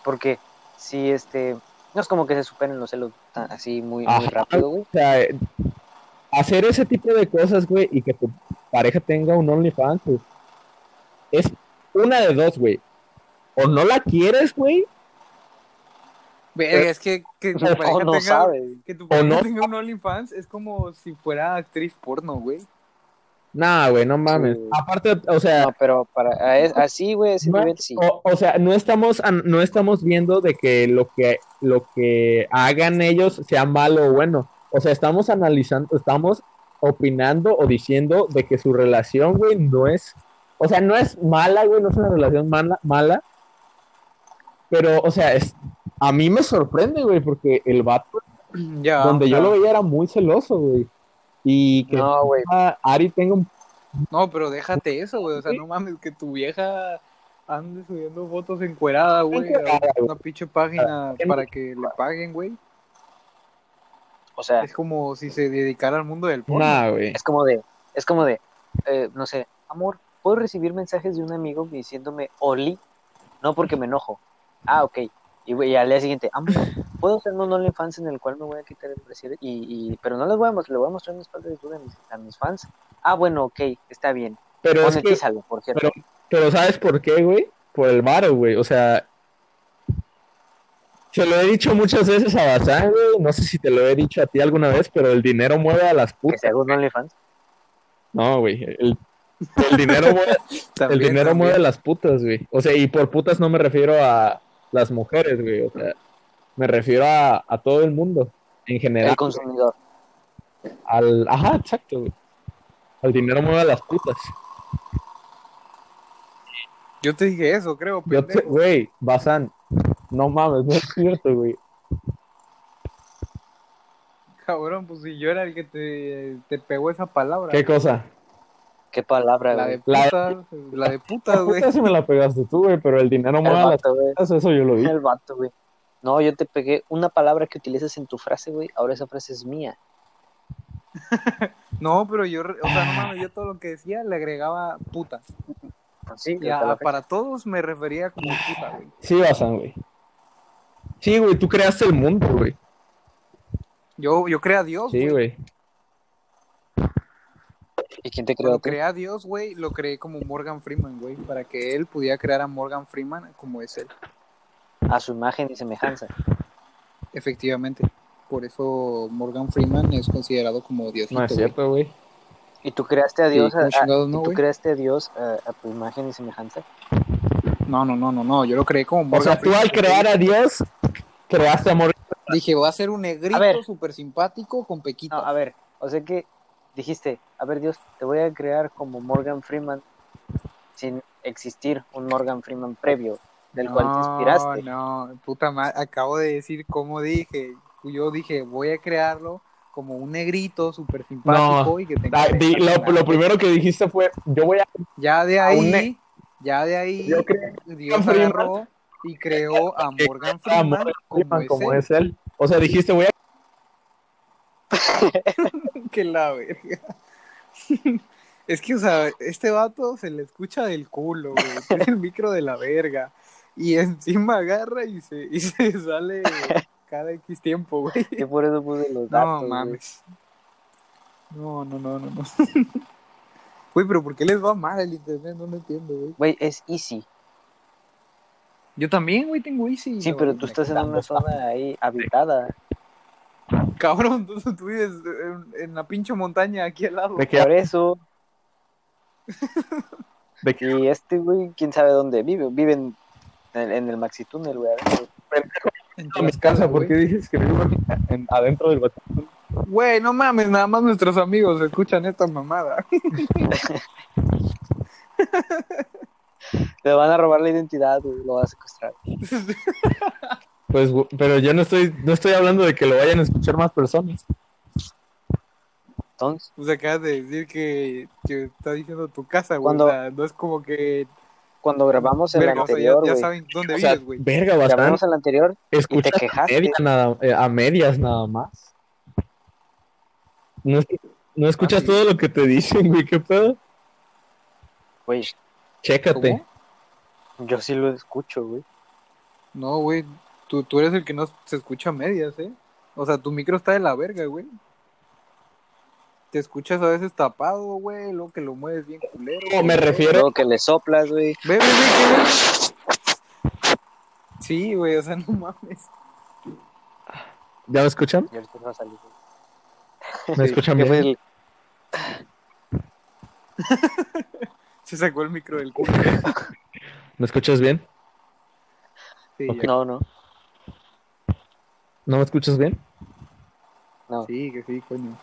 S3: Porque si este. No es como que se superen los celos tan- así muy, muy
S2: Ajá.
S3: rápido, güey.
S2: O sea, eh, hacer ese tipo de cosas, güey, y que tu pareja tenga un OnlyFans, pues, es una de dos, güey. O no la quieres, güey,
S1: Verga, es que, que tu pareja
S3: O no
S1: tenga-
S3: sabe.
S1: que tu pareja
S2: no.
S1: tenga un OnlyFans es como si fuera actriz porno, güey.
S2: Nah, güey, no mames.
S3: Sí.
S2: Aparte, o sea,
S3: No, pero para a es- así, güey, a ese
S2: No,
S3: nivel sí.
S2: o, o sea, no estamos, an- no estamos viendo de que lo que lo que hagan ellos sea malo o bueno. O sea, estamos analizando, estamos opinando o diciendo de que su relación, güey, no es, o sea, no es mala, güey, no es una relación mala, mala. Pero, o sea, es, a mí me sorprende, güey, porque el vato,
S3: Ah,
S1: Ya.
S2: donde yo
S1: claro.
S2: lo veía era muy celoso, güey. Y que
S3: No, güey.
S2: ah, Ari tenga un
S1: No, pero déjate eso, güey. O sea, no mames, que tu vieja ande subiendo fotos encuerada, güey. A
S2: Encuerada, güey. Ah,
S1: una pinche página para que le paguen, güey.
S3: O sea,
S1: Es como si se dedicara al mundo del porno.
S2: Nah, güey.
S3: Es como de, es como de, eh, no sé, amor, ¿puedo recibir mensajes de un amigo diciéndome Oli? No porque me enojo. Ah, ok. Y, güey, al día siguiente, amor, ¿puedo hacerme un OnlyFans en el cual me voy a quitar el brasier? Y, y, pero no les voy a mostrar, le voy a mostrar mis espalda desnuda a mis, a mis fans. Ah, bueno, ok, está bien.
S2: Pero es que-
S3: Monetízalo, por cierto.
S2: Pero, pero ¿sabes por qué, güey? Por el varo, güey. O sea, se lo he dicho muchas veces a Bazán, güey. No sé si te lo he dicho a ti alguna vez, pero el dinero mueve a las
S3: Que se
S2: putas.
S3: haga un OnlyFans.
S2: No, güey. El, el dinero, mueve, el
S1: También,
S2: dinero
S1: también.
S2: mueve a las putas, güey. O sea, y por putas no me refiero a las mujeres, güey. O sea, me refiero a, a todo el mundo en general.
S3: El consumidor.
S2: Al, ajá, exacto, güey. El dinero mueve a las putas.
S1: Yo te dije eso, creo.
S2: Yo te-
S1: pendejo.
S2: güey, Bazán, no mames, no es cierto, güey.
S1: Cabrón, pues si yo era el que te, te pegó esa palabra.
S2: ¿Qué cosa?
S3: Qué palabra,
S1: La de
S3: güey.
S2: La-
S1: puta, la de puta, güey.
S2: Puta, si me la pegaste tú, güey, pero el dinero
S3: El
S2: mueve a las
S3: vato, güey.
S2: cosas, eso yo lo vi.
S3: El vato, güey. No, yo te pegué una palabra que utilizas en tu frase, güey. Ahora esa frase es mía.
S1: No, pero yo, re- o sea, no mames, yo todo lo que decía le agregaba puta.
S3: Pues sí,
S1: Y
S3: hasta la
S1: a-
S3: fecha.
S1: para todos me refería como puta, güey.
S2: Sí, Bazán, güey. Sí, güey, tú creaste el mundo, güey.
S1: Yo, yo creé a Dios,
S2: Sí,
S1: güey.
S2: güey.
S3: ¿Y quién te creó a
S1: Cuando
S3: ti?
S1: creé a Dios, güey, lo creé como Morgan Freeman, güey, para que él pudiera crear a Morgan Freeman como es él,
S3: a su imagen y semejanza.
S1: efectivamente. Por eso Morgan Freeman es considerado como Diosito,
S2: No es
S1: güey.
S2: cierto, güey.
S3: ¿Y tú creaste a Dios,
S1: Sí,
S3: a,
S1: ¿cómo chingados
S3: a-
S1: no,
S3: ¿y tú
S1: güey?
S3: creaste a, Dios a, a tu imagen y semejanza?
S1: No, no, no, no, no, yo lo creé como
S2: O
S1: Morgan
S2: sea, tú
S1: Freeman,
S2: al crear a Dios, creaste a Morgan.
S1: güey. Dije, va a ser un
S3: A ver.
S1: negrito súper simpático con
S3: No,
S1: pequita.
S3: a ver, o sea que dijiste, a ver Dios, te voy a crear como Morgan Freeman sin existir un Morgan Freeman previo del cual te inspiraste.
S1: No, no, puta madre, acabo de decir cómo dije. Yo dije, voy a crearlo como un negrito súper simpático y que tenga
S2: Ah, di-
S1: orejas
S2: Lo,
S1: largas.
S2: lo primero que dijiste fue, yo voy a...
S1: Ya de
S2: a un
S1: ahí,
S2: ne-
S1: ya de ahí,
S2: Yo creé
S1: Dios
S2: Morgan Freeman.
S1: agarró y creó a Morgan
S2: a
S1: Freeman
S2: Morgan
S1: como,
S2: Freeman como
S1: ese,
S2: es él. O sea, dijiste, voy a...
S1: que la verga. es que, o sea, este vato se le escucha del culo, güey. Tiene el micro de la verga. Y encima agarra y se, y se sale cada X tiempo, güey.
S3: Yo por eso puse los datos.
S1: No
S3: güey.
S1: mames. No, no, no, no, no. Güey, pero ¿por qué les va mal el internet? No lo entiendo, güey.
S3: Güey, es easy.
S1: Yo también, güey, tengo Easy.
S3: Sí, pero tú estás en una zona ahí habitada.
S1: Cabrón, tú, tú vives en, en la pinche montaña aquí al lado.
S4: ¿De qué?
S3: Por eso.
S4: ¿De qué?
S3: Y este güey, quién sabe dónde vive. Vive en el, en el Maxi Tunnel, güey. a ver.
S1: En
S2: a mi
S1: Tlaxcala,
S2: casa, ¿por qué
S1: güey.
S2: dices que vivo en- adentro del batallón?
S1: Güey, no mames, nada más nuestros amigos escuchan esta mamada.
S3: Le van a robar la identidad, güey. Lo van a secuestrar.
S2: Pues, gu- pero yo no estoy, no estoy hablando de que lo vayan a escuchar más personas.
S3: Entonces,
S1: Pues acabas de decir que, que está diciendo tu casa, güey.
S3: Cuando-
S1: O sea, no es como que.
S3: cuando grabamos el
S1: Verga, o sea, ya-
S3: anterior,
S1: ya,
S3: güey.
S1: saben dónde
S2: O sea,
S1: vives, güey.
S2: verga, bastante.
S3: Grabamos el anterior
S2: Escuchas
S3: y te quejaste.
S2: a, media nada- eh, a medias nada más. No, es- no escuchas
S1: Ah, sí.
S2: todo lo que te dicen, güey, qué pedo.
S3: Güey,
S2: Chécate.
S1: ¿Cómo?
S3: yo sí lo escucho, güey.
S1: No, güey, tú, tú eres el que no se escucha a medias, ¿eh? O sea, tu micro está de la verga, güey. Te escuchas a veces tapado, güey, luego que lo mueves bien culero.
S2: No, me
S1: güey.
S2: refiero.
S3: Luego que le soplas, güey.
S1: Ve, ve, ve, que ve. Sí, güey, o sea, no mames.
S2: ¿Ya me escuchan?
S3: Y ahorita no va a salir, güey.
S2: ¿Me escuchan
S3: ¿Qué fue
S2: bien?
S3: el-
S1: Se sacó el micro del culo.
S2: ¿Me escuchas bien?
S1: Sí,
S2: Ok.
S1: ya.
S3: No, no.
S2: ¿No me escuchas bien?
S3: No.
S1: sí, que sí, coño.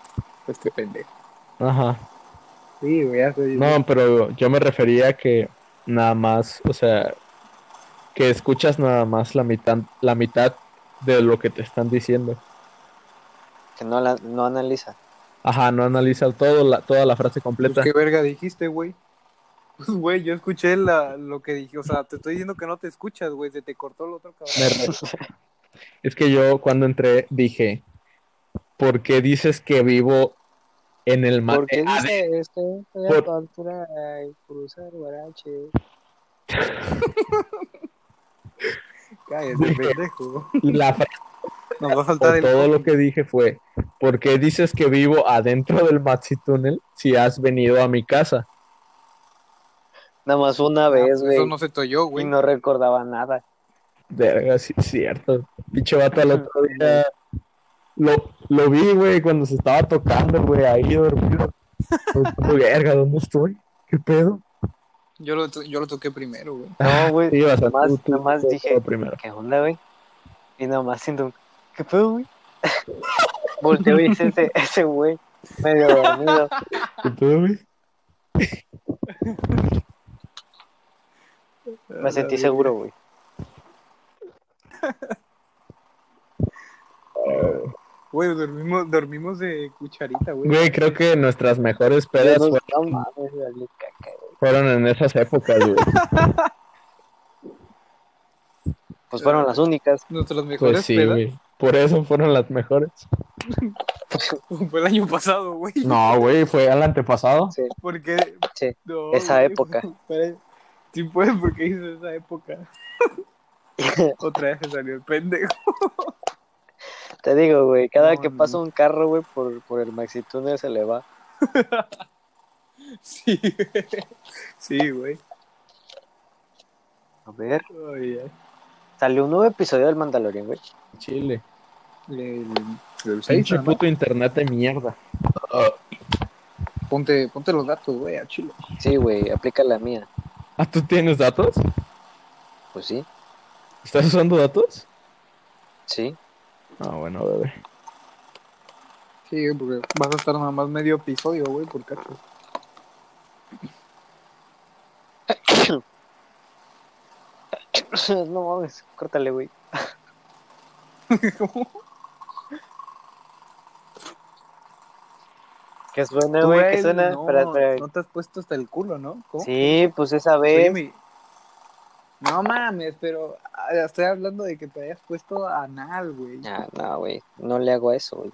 S1: Este pendejo.
S2: Ajá.
S1: Sí, güey, ya soy.
S2: No, pero yo me refería a que nada más, o sea, que escuchas nada más la mitad, la mitad de lo que te están diciendo.
S3: Que no, la- no analiza.
S2: Ajá, no analiza todo la, toda la frase
S1: Pues,
S2: completa.
S1: ¿Qué verga dijiste, güey? Pues, güey, yo escuché la, lo que dije. O sea, te estoy diciendo que no te escuchas, güey. Se te cortó el otro cabrón.
S2: Me re- es que yo cuando entré dije, ¿por qué dices que vivo en el mar?
S3: ¿Por qué
S2: Eh, ah,
S3: dice esto? Estoy
S2: por-
S3: a tu altura ay, cruzar Guarache.
S1: Cállate, pendejo.
S2: La frase
S1: Nos va a
S2: o
S1: faltar el... Ah,
S2: todo lo que dije fue, ¿por qué dices que vivo adentro del Maxi Tunnel si has venido a mi casa?
S3: Nada más una vez,
S1: Ah, pues
S3: güey.
S1: Eso no se toyó,
S3: Y
S1: güey.
S3: no recordaba nada.
S2: Verga, sí, es cierto. Pinche vato al otro día. Lo, lo vi, güey, cuando se estaba tocando, güey, ahí dormido. Pensando, Verga, ¿dónde estoy? ¿Qué pedo?
S1: Yo, lo to- yo lo toqué primero, güey.
S3: No, güey.
S2: Sí, o sea,
S3: nomás-
S2: tú- tú-
S3: nomás
S2: tú-
S3: dije-
S2: Primero.
S3: ¿Qué onda, güey? Y nada más siento un... ¿Qué pedo, güey? Volteo y es ese, ese güey medio dormido.
S2: ¿Qué pedo, güey?
S3: Me sentí seguro, güey.
S1: Güey, dormimos, dormimos de cucharita, güey.
S2: Güey, creo que nuestras mejores
S3: Pero
S2: pedas
S3: no,
S2: fue-
S3: no mames, me valió caca, güey.
S2: fueron en esas épocas, güey.
S3: Pues fueron las únicas.
S1: Nuestras mejores
S2: Pues sí,
S1: pedas.
S2: güey. Por eso fueron las mejores.
S1: Fue el año pasado, güey.
S2: No, güey, fue al antepasado.
S3: Sí,
S1: Porque...
S3: sí.
S1: No,
S3: Esa
S1: güey,
S3: época.
S1: pare- Sí, pues, porque hizo esa época. Otra vez se salió el pendejo.
S3: Te digo, güey, cada
S1: No,
S3: que
S1: no,
S3: pasa un carro, güey, por, por el Maxi Tunnel se le va.
S1: Sí, güey. Sí, güey.
S3: A ver.
S1: Ay, ya.
S3: Salió un nuevo episodio del Mandalorian, güey.
S2: Chile.
S1: El, el seis,
S2: Pinche
S1: ¿no?
S2: puto internet de mierda.
S1: Ponte, ponte los datos, güey, a chile.
S3: Sí, güey, aplica la mía.
S2: ¿Ah, tú tienes datos?
S3: Pues sí,
S2: ¿Estás usando datos?
S3: sí.
S2: Ah, bueno, bebé.
S1: Sí, güey, porque vas a estar nada más medio episodio, güey, por cacho.
S3: no mames, córtale, güey. Que suena, güey, que suena.
S1: no,
S3: Espera, espera, güey.
S1: no te has puesto hasta el culo, ¿no? ¿Cómo?
S3: Sí, pues esa
S1: Oye,
S3: vez.
S1: mi- No mames, pero ah, estoy hablando de que te hayas puesto anal, güey.
S3: Ah, no, güey, no le hago a eso, güey.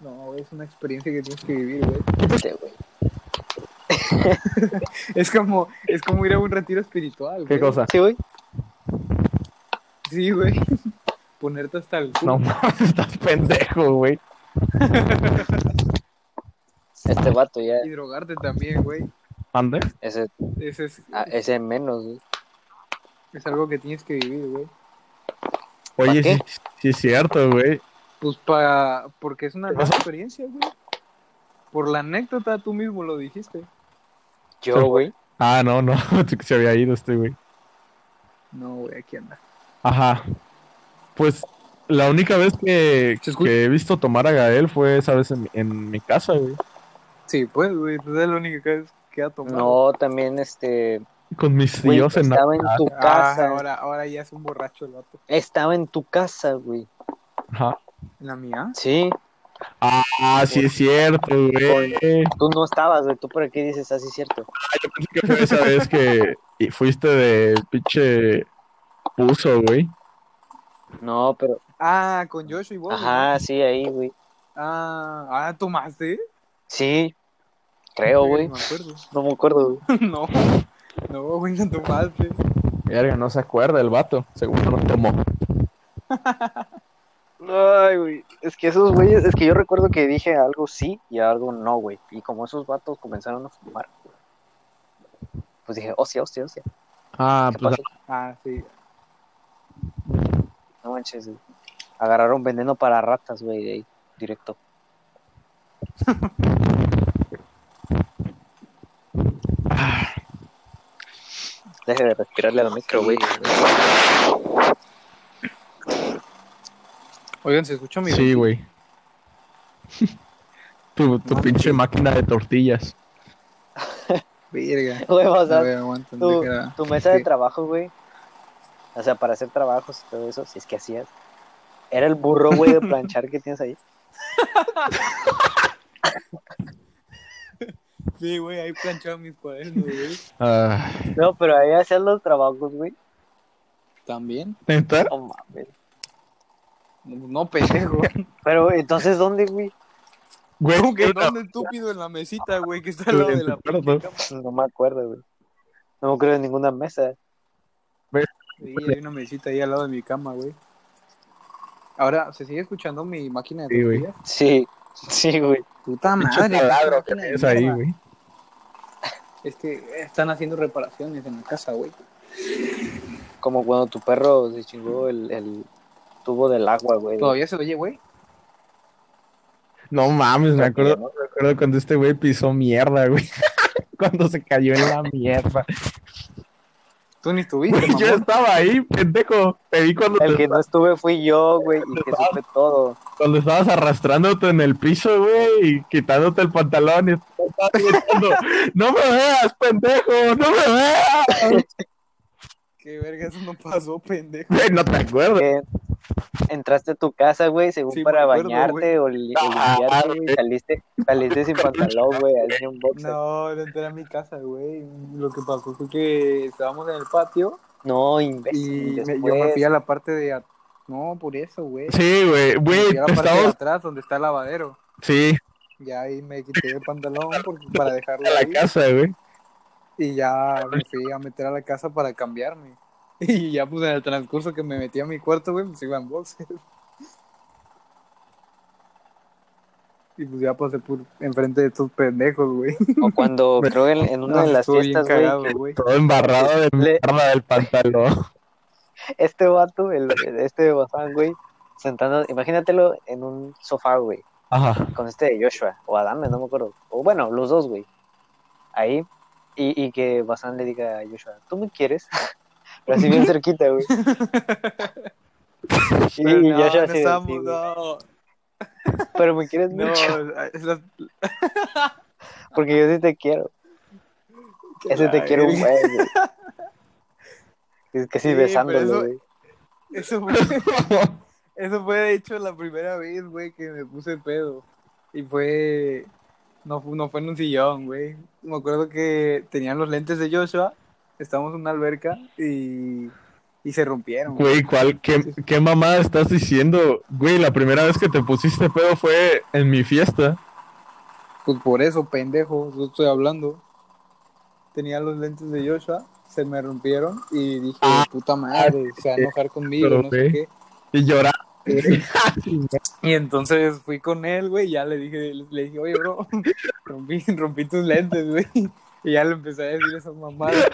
S1: No, es una experiencia que tienes que vivir, güey.
S3: Vete, Este, güey.
S1: Es como, es como ir a un retiro espiritual, güey.
S2: ¿Qué cosa?
S3: Sí, güey.
S1: Sí, güey. Ponerte hasta el culo.
S2: No mames, estás pendejo, güey.
S3: Este vato ya,
S1: Y drogarte también, güey.
S2: ¿Ande?
S3: ese,
S1: Ese es,
S3: ah, ese menos, güey.
S1: es algo que tienes que vivir, güey.
S2: Oye,
S3: ¿Pa qué?
S2: sí, sí es cierto, güey.
S1: Pues para... Porque es una nueva
S2: Ajá.
S1: experiencia, güey. Por la anécdota tú mismo lo dijiste.
S3: Yo, güey.
S2: Ah, no, no, se había ido este, güey.
S1: No, güey, aquí anda.
S2: Ajá. Pues la única vez que,
S1: ¿Se escucha?
S2: que he visto tomar a Gael fue esa vez en, en mi casa, güey.
S1: Sí, pues, güey. Es la única vez que ha tomado.
S3: No, también este.
S2: Con mis
S3: güey,
S2: tíos en
S3: estaba en
S2: Navidad.
S3: tu
S1: Ah,
S3: casa.
S1: ahora, ahora ya es un borracho el vato.
S3: Estaba en tu casa, güey.
S2: Ajá.
S1: ¿La mía?
S3: Sí,
S2: Ah, sí es cierto, güey. Ah,
S3: tú no estabas, güey. ¿Tú por qué dices así, cierto?
S2: Yo pensé que fue esa vez que y fuiste de pinche puso, güey.
S3: No, pero.
S1: Ah, con Joshua y vos. güey.
S3: Ajá, sí, ahí, güey.
S1: Ah, ah, tomaste.
S3: Sí, creo, güey.
S1: No me acuerdo.
S3: No me acuerdo, güey.
S1: no, no, güey, no tomaste.
S2: Verga, no se acuerda el vato. Seguro no tomó.
S3: Ay, güey. Es que esos güeyes, es que yo recuerdo que dije algo sí y algo no, güey. Y como esos vatos comenzaron a fumar, pues dije, hostia, hostia, hostia.
S2: Ah,
S3: ¿Qué
S2: pues
S3: pasó?
S1: Ah, sí.
S3: No manches, güey. Agarraron veneno para ratas, güey, de ahí, directo. Deje de respirarle al micro, güey.
S1: Oigan, se escuchó mi.
S2: sí, güey. tu tu
S1: No,
S2: pinche máquina de tortillas.
S1: Verga.
S3: Güey, o
S1: A
S3: sea,
S1: ver, aguanta,
S3: tu,
S1: ¿dónde queda?
S3: tu mesa de
S1: Sí.
S3: trabajo, güey. O sea, para hacer trabajos y todo eso, si es que hacías. Era el burro, güey, de planchar que tienes ahí.
S1: Sí, güey, ahí planchaba mis cuadernos, güey.
S2: Ah,
S3: No, pero ahí hacías los trabajos, güey.
S1: También.
S2: ¿Neta?
S3: No mames.
S1: No, pendejo.
S3: Pero entonces, ¿dónde, güey?
S2: Güey,
S1: ¿Cómo que
S2: era-
S1: dónde estúpido en la mesita, güey, que está al lado de la.
S2: Perdón.
S3: No me acuerdo, güey. No me acuerdo de ninguna mesa.
S1: Sí, hay una mesita ahí al lado de mi cama, güey. Ahora, ¿se sigue escuchando mi máquina de
S2: Sí, güey.
S1: tortillas?
S3: Sí, sí, güey.
S1: Puta
S2: Pinche
S1: madre.
S2: taladro que
S1: máquina de
S2: tienes ahí,
S1: mierda.
S2: güey.
S1: Es que están haciendo reparaciones en la casa, güey.
S3: Como cuando tu perro se chingó el, el tubo del agua, güey.
S1: ¿Todavía se oye, güey?
S2: No mames, me acuerdo,
S3: ¿no?
S2: me acuerdo cuando este güey pisó mierda, güey. cuando se cayó en la mierda.
S1: Tú ni estuviste,
S2: Güey, yo
S1: mamón.
S2: estaba ahí, pendejo. Te vi cuando,
S3: El
S2: te-
S3: que no estuve fui yo, güey, y que supe todo.
S2: cuando estabas arrastrándote en el piso, güey, y quitándote el pantalón y estabas gritando, no me veas, pendejo, no me veas.
S1: Qué verga, eso no pasó, pendejo.
S2: Güey, no te acuerdas.
S3: Que entraste a tu casa, güey, según
S1: Sí, me
S3: para
S1: acuerdo, güey.
S3: bañarte o, li- o
S2: Ah,
S3: limpiarte, güey,
S2: güey.
S3: saliste, saliste sin pantalón, güey, así un boxer. No,
S1: No, no entré a mi casa, güey. Lo que pasó fue que estábamos en el patio y
S3: imbécil.
S1: me- yo
S3: después,
S1: me fui a la parte de... a- No, por eso, güey.
S2: Sí, güey,
S1: Me
S2: güey,
S1: fui a la
S2: te
S1: parte de
S2: estabas.
S1: atrás donde está el lavadero.
S2: Sí,
S1: Ya ahí me quité el pantalón porque- para dejarlo
S2: a
S1: ahí.
S2: la casa, güey.
S1: Y ya me fui a meter a la casa para cambiarme. Y ya pues en el transcurso que me metí a mi cuarto, güey, pues iba en boxer. Y pues ya pasé por enfrente de estos pendejos, güey.
S3: O cuando, creo, en, en una de las
S1: Estuve bien
S3: fiestas, güey,
S1: cagado,
S3: que
S1: güey.
S2: Todo embarrado de
S3: Le-
S2: mierda del pantalón.
S3: este vato, el, este bazán, güey, sentado, imagínatelo en un sofá, güey,
S2: Ajá.
S3: con este de Joshua o Adame, no me acuerdo. O bueno, los dos, güey. Ahí. Y, y que Bazán le diga a Joshua, ¿tú me quieres? Pero así bien cerquita, güey. Sí,
S1: Pero no,
S3: Joshua
S1: no
S3: así de,
S1: estamos,
S3: "Sí, güey,
S1: no.
S3: Pero me quieres
S1: No,
S3: mucho,
S1: esa-
S3: porque yo sí te quiero. Ese te
S1: la
S3: quiero un
S1: verga.
S3: güey, güey. Es que sí,
S1: Sí, pero
S3: besándolo,
S1: eso-
S3: güey.
S1: Eso fue, eso fue de hecho la primera vez, güey, que me puse pedo. Y fue. No, fu- no fue en un sillón, güey. Me acuerdo que tenían los lentes de Joshua, estábamos en una alberca y, y se rompieron. güey.
S2: Güey, ¿cuál, qué, ¿qué mamada estás diciendo? Güey, la primera vez que te pusiste pedo fue en mi fiesta.
S1: Pues por eso, pendejo, yo estoy hablando. Tenía los lentes de Joshua, se me rompieron y dije, puta madre, se va a enojar conmigo, no sé
S2: ok.
S1: qué.
S2: Y llorando.
S1: Y entonces fui con él, güey, y ya le dije, le dije, oye, bro, rompí, rompí tus lentes, güey. Y ya le empecé a decir esas mamadas.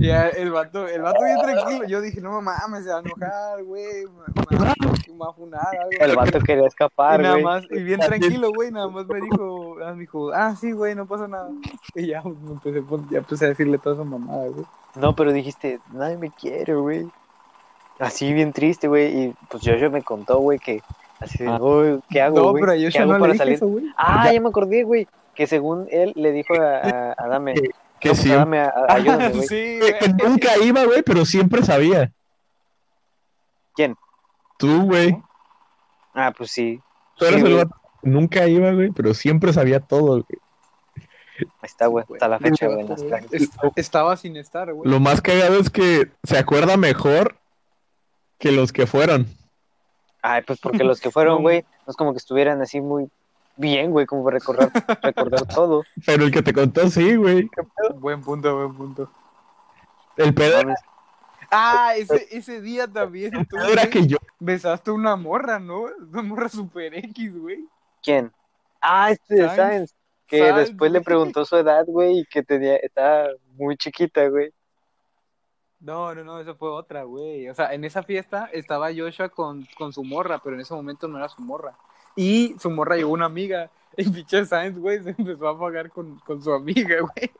S1: Y ya el vato, el vato bien tranquilo. Yo dije, no mames, se va a enojar, güey. Me me va me va a funar, algo.
S3: El vato quería
S1: Y
S3: escapar,
S1: nada
S3: güey.
S1: más, y bien tranquilo, güey, nada más me dijo, nada más me dijo, ah, sí, güey, no pasa nada. Y ya pues, me empecé, pues, ya empecé a decirle toda esa mamada, güey.
S3: No, pero dijiste, nadie me quiere, güey. Así bien triste, güey. Y pues Joshua me contó, güey, que así de,
S5: Ah.
S3: "Uy, ¿qué hago,
S1: No,
S3: güey?
S1: pero a
S3: ¿Qué
S1: Joshua
S3: hago
S1: no le
S3: para
S1: dije
S3: salir?
S1: eso, güey.
S3: Ah, ya. me acordé, güey. Que según él le dijo a, a Adame,
S2: Que
S3: "No, pues,
S2: sí.
S3: Adame, a- a- ayúdame, güey.
S1: Ah, Sí,
S2: Que, que
S1: güey.
S2: nunca iba, güey, pero siempre sabía.
S3: ¿Quién?
S2: Tú, güey.
S3: Ah, pues sí.
S2: Tú eres
S3: Sí,
S2: el
S3: güey.
S2: vato que Nunca iba, güey, pero siempre sabía todo. güey.
S3: Ahí está, güey. Hasta la fecha, güey, en las
S1: Güey,
S3: clases.
S1: est- Estaba sin estar, güey.
S2: Lo más cagado es que se acuerda mejor que los que fueron.
S3: Ay, pues porque los que fueron,
S1: No.
S3: güey, no es como que estuvieran así muy bien, güey, como para recordar, recordar todo.
S2: Pero el que te contó, sí, güey.
S1: Buen punto, buen punto.
S2: El pedo
S3: Mames.
S1: Ah, ese, ese día también tú
S2: era
S1: güey,
S2: que yo.
S1: besaste una morra, ¿no? Una morra super X, güey.
S3: ¿Quién? Ah, este de
S1: Sainz.
S3: Sainz. Que
S1: Sainz,
S3: después le
S1: güey.
S3: preguntó su edad, güey, y que tenía, estaba muy chiquita, güey.
S1: No, no, no, esa fue otra, güey. O sea, en esa fiesta estaba Joshua con, con su morra, pero en ese momento no era su morra. Y su morra llegó una amiga. Y pinche Sainz, güey, se empezó a pagar con, con su amiga, güey.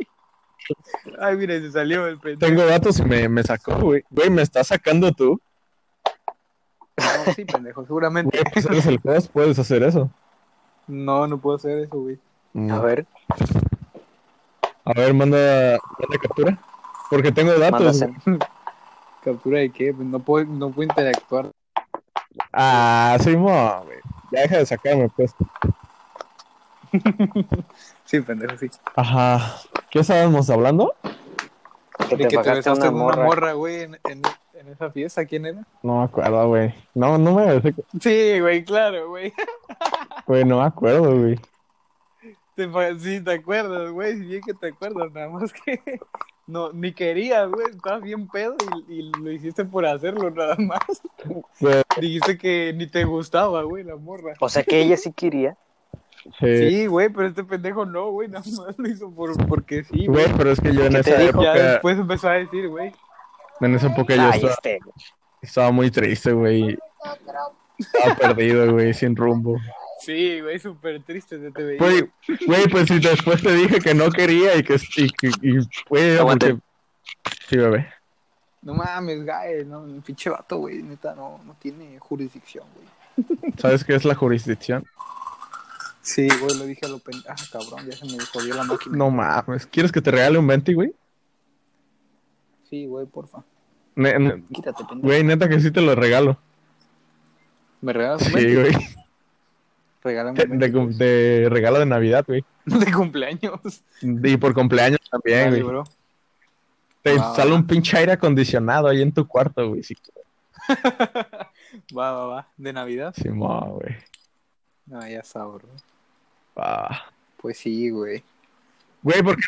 S1: Ay, mira, se salió el pendejo.
S2: Tengo datos y me, me sacó, güey. Güey, me estás sacando tú.
S1: No, sí, pendejo, seguramente.
S2: Güey, pues eres el host, puedes hacer eso.
S1: No, no puedo hacer eso, güey.
S3: A ver,
S2: A ver, manda, manda captura. Porque tengo
S3: Ah,
S2: datos.
S3: mándase.
S1: ¿Captura de qué? Pues No puedo, no puedo interactuar.
S2: Ah, sí, mo, güey. Ya deja de sacarme, pues.
S1: Sí, pendejo, sí.
S2: Ajá. ¿Qué estábamos hablando?
S1: De
S3: Que te
S1: que te
S3: bajaste
S1: besaste
S3: una
S1: con una
S3: morra.
S1: morra, güey, en, en- en esa fiesta. ¿Quién era?
S2: No me acuerdo, güey. No, no me,
S1: Sí, güey, claro, güey.
S2: güey, no me acuerdo, güey.
S1: Te fa- Sí, te acuerdas, güey. Si bien que te acuerdas, nada más que no, ni querías, güey. Estabas bien pedo y, y lo hiciste por hacerlo, nada más.
S2: Güey,
S1: Dijiste que ni te gustaba, güey, la morra.
S3: O sea que ella sí quería.
S2: sí.
S1: Sí, güey, pero este pendejo no, güey. Nada más lo hizo por, porque sí, güey.
S2: Güey, pero es que yo en
S3: ¿Qué te
S2: esa
S3: dijo?
S2: época,
S1: Ya después empezó a decir, güey.
S2: en esa época yo
S3: Ay,
S2: estaba,
S3: este, güey.
S2: estaba muy triste, güey. Estaba perdido, güey, sin rumbo.
S1: Sí, güey, súper triste se te veía.
S2: Güey, güey, pues si después te dije que no quería y que, y, que- y, güey, era
S3: Aguante.
S2: porque- Sí, bebé.
S1: No mames, Gael, no, pinche vato, güey, neta, no, no tiene jurisdicción, güey.
S2: ¿Sabes qué es la jurisdicción?
S1: Sí, güey, lo dije a lo pen... Ah, cabrón, ya se me jodió la máquina.
S2: No mames. ¿Quieres que te regale un 20, güey?
S1: Sí, güey, porfa.
S2: Ne- ne-
S1: Quítate, pendejo.
S2: Güey, neta que sí te lo regalo.
S1: ¿Me regalas un
S2: Sí, güey.
S1: Regálame
S2: De,
S1: un
S2: de cum-
S1: veinte,
S2: de regalo de Navidad, güey.
S1: pues. de cumpleaños.
S2: Y por cumpleaños también,
S1: Dale,
S2: güey.
S1: bro.
S2: Te
S1: Va, va,
S2: sale
S1: va.
S2: un pinche aire acondicionado ahí en tu cuarto, güey. Sí,
S1: Va, va, va. ¿De Navidad?
S2: sí, mo, güey.
S1: No, ya sabro.
S2: Va.
S1: Pues sí, güey.
S2: Ah. Güey, ¿por, qué-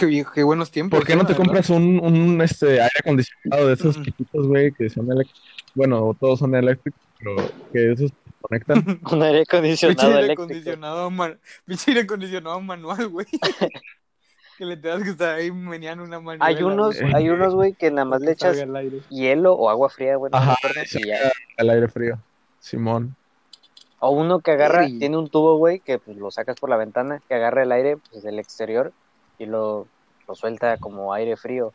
S1: Qué, vie- qué buenos tiempos.
S2: por qué no
S1: ¿eh?
S2: te
S1: La verdad.
S2: compras un, un este, aire acondicionado de esos
S1: Mm.
S2: chiquitos, güey, que son eléctricos? Bueno, todos son eléctricos, pero que esos se conectan.
S3: Un aire
S1: Pinche
S3: acondicionado
S1: aire
S3: eléctrico.
S1: acondicionado, man... pinche aire acondicionado manual, güey. que le tengas que estar ahí meneando una mano.
S3: Hay unos,
S2: güey.
S3: hay unos, güey, que nada más le echas
S1: al aire.
S3: hielo o agua fría, güey. no
S2: Ajá,
S3: me acuerdo,
S2: sí.
S3: y ya.
S2: al aire frío. Simón.
S3: O uno que agarra,
S1: Sí.
S3: tiene un tubo, güey, que pues, lo sacas por la ventana, que agarra el aire pues, del exterior y lo, lo suelta como aire frío.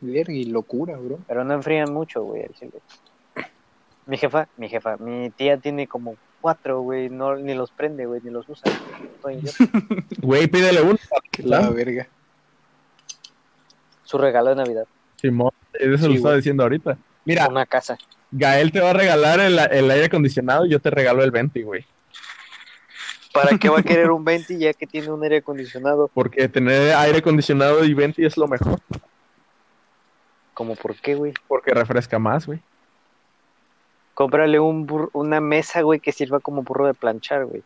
S1: Verga, y locura, bro.
S3: Pero no enfrían mucho, güey, al chile. Mi jefa, mi jefa, mi tía tiene como cuatro, güey, no, ni los prende, güey, ni los usa. Estoy idiota.
S2: Güey, pídele uno.
S1: La verga.
S3: Su regalo de Navidad,
S2: Simón, eso
S1: Sí,
S2: lo estaba
S1: güey.
S2: diciendo ahorita. Mira,
S3: una casa.
S2: Gael te va a regalar el, el aire acondicionado y yo te regalo el 20, güey.
S3: ¿Para qué va a querer un 20 ya que tiene un aire acondicionado?
S2: Porque tener aire acondicionado y 20 es lo mejor.
S3: Como, ¿por qué, güey?
S2: Porque refresca más, güey.
S3: Cómprale un bur- una mesa, güey, que sirva como burro de planchar, güey.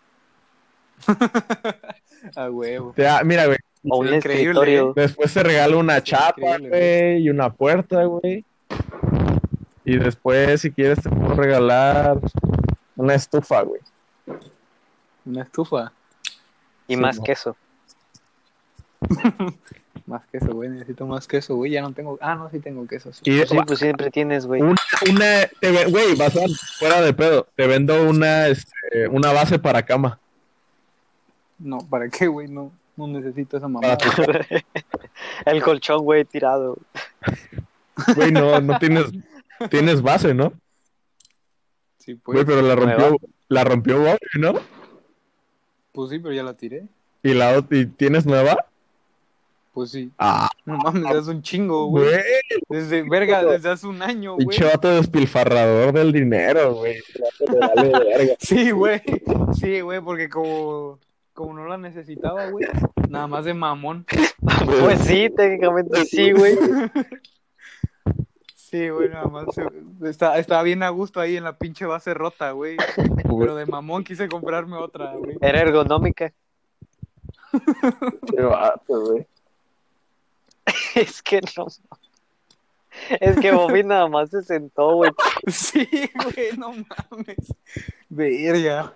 S1: A huevo.
S2: Te da- mira, güey,
S3: O un
S1: Increíble,
S3: escritorio.
S2: después te regalo una chapa,
S1: increíble,
S2: güey, y una puerta, güey. Y después, si quieres, te puedo regalar una estufa, güey.
S1: Una estufa.
S3: Y
S2: Sí,
S3: más
S2: mo-
S3: que eso.
S1: Más queso, güey. Necesito más queso, güey. Ya no tengo. Ah, no, sí tengo queso. sí.
S2: Y
S3: Sí,
S2: va-
S3: pues siempre tienes, güey.
S2: una, una- te ve- güey, vas a, fuera de pedo, te vendo una, este, una base para cama.
S1: No, ¿para qué, güey? No, no necesito esa mamada.
S2: Para tu
S3: El colchón, güey, tirado.
S2: Güey, no, no tienes, tienes base, ¿no?
S1: Sí, pues.
S2: Güey, pero la rompió, la rompió Bobby, ¿no?
S1: Pues sí, pero ya la tiré.
S2: Y la ot- y tienes nueva.
S1: Pues sí.
S2: Ah,
S1: No mames, das un chingo, güey.
S2: güey,
S1: Desde, verga, desde hace un año, güey.
S2: pinche vato despilfarrador del dinero, güey. Le vale verga.
S1: Sí, güey. Sí, güey, porque como, como no la necesitaba, güey. Nada más de mamón.
S3: Pues sí, técnicamente sí, güey.
S1: Sí, güey, nada más. se- Está, estaba bien a gusto ahí en la pinche base rota, güey. Pero de mamón quise comprarme otra, güey.
S3: Era ergonómica.
S2: Pinche vato, güey.
S3: Es que no. Es que Bobby nada más se sentó, güey.
S1: Sí, güey, no mames. Verga.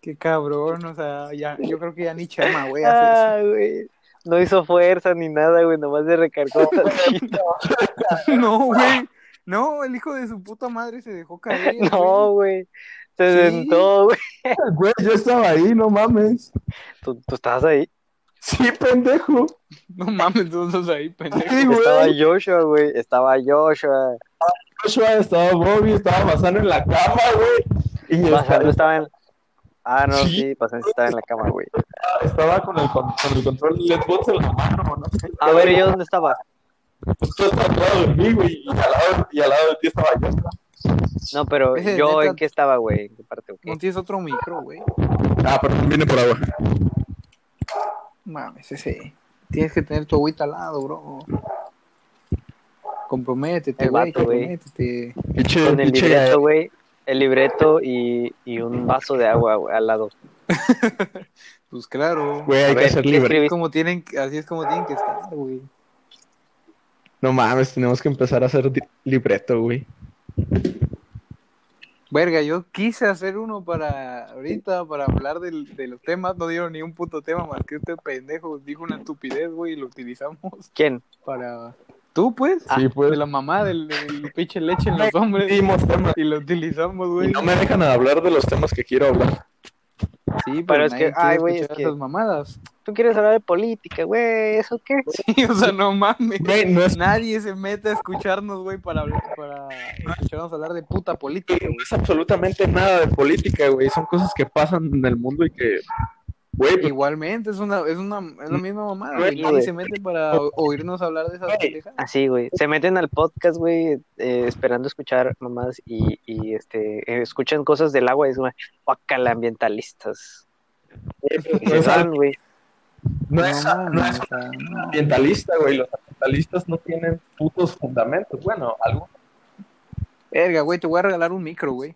S1: Qué cabrón, o sea, ya, yo creo que ya ni Chema, güey, hace eso.
S3: Ah, güey. No hizo fuerza ni nada, güey. Nomás se recargó tantito.
S1: No, güey. No, el hijo de su puta madre se dejó caer.
S3: No, güey. Se
S1: Sí.
S3: sentó, güey.
S2: Güey, yo estaba ahí, no mames.
S3: ¿Tú, tú estabas ahí.
S2: Sí, pendejo.
S1: No mames, todos estás ahí, pendejo.
S2: Sí,
S3: Estaba
S2: güey.
S3: Joshua, güey. Estaba Joshua.
S2: Joshua estaba Bobby, estaba pasando en la cama, güey. Y yo
S3: Bazán no
S2: estaba,
S3: estaba en. Ah, no,
S2: Sí.
S3: sí, Bazán sí estaba en la cama, güey.
S2: estaba con, el, con, con el control de Letbox en la mano, ¿no?
S3: A ver, ¿y yo dónde estaba?
S2: Tú estabas al lado de mí, güey, y al lado, y al lado de ti estaba Joshua.
S3: No, pero
S1: Ese,
S3: yo
S1: neta.
S3: en qué estaba, güey. ¿En qué parte? o qué?
S1: No tienes otro micro, güey.
S2: Ah, pero viene por agua.
S1: Mames, ese. Tienes que tener tu agüita al lado, bro. Comprométete,
S3: El
S1: güey,
S3: vato, güey.
S1: comprométete.
S2: Pinche,
S3: Con el
S2: pinche
S3: libreto, güey. El libreto y, y un vaso de agua güey, al lado.
S1: Pues claro.
S2: Güey,
S3: A
S2: hay que
S3: ver,
S2: ser
S3: ¿qué
S2: libre.
S1: Así es
S3: escribiste?
S1: como tienen, así es como tienen que estar, güey.
S2: No mames, tenemos que empezar a hacer di- libreto, güey.
S1: Verga, yo quise hacer uno para ahorita, para hablar del- de los temas. No dieron ni un puto tema más que este pendejo dijo una estupidez, güey, y lo utilizamos
S3: ¿Quién?
S1: para. ¿Tú, pues?
S3: Ah,
S2: sí,
S1: De
S2: pues.
S1: la mamá del, del pinche leche en los hombres.
S2: Dimos temas.
S1: Y lo utilizamos,
S2: Y
S1: güey.
S2: no me dejan hablar de los temas que quiero hablar.
S1: Sí, pero,
S3: Pero es
S1: nadie
S3: que-
S1: quiere
S3: ay, güey, es
S1: escuchar
S3: que-
S1: esas mamadas.
S3: ¿Tú quieres hablar de política, güey? ¿Eso qué?
S1: Sí, o sea, no mames.
S2: Güey, no es,
S1: Nadie se mete a escucharnos, güey, para hablar, para escucharnos hablar de puta política,
S2: no
S1: güey.
S2: es absolutamente nada de política, güey. Son cosas que pasan en el mundo y que. Güey, pues,
S1: Igualmente, es una, es una, es la misma mamada, güey.
S3: Sí,
S1: Nadie
S3: güey.
S1: se mete para o- oírnos hablar de esas
S2: Güey.
S1: pendejadas.
S3: Así, güey. Se meten al podcast, güey, eh, esperando escuchar mamás y, y este, eh, escuchan cosas del agua y dicen, guacala, ambientalistas. Y
S2: no
S3: se
S2: es,
S3: van, güey.
S2: pues, no es-
S1: mames,
S2: no es
S1: o sea, no.
S2: ambientalista, güey. Los ambientalistas no tienen putos fundamentos. Bueno, algo.
S1: Verga, güey, te voy a regalar un micro, güey.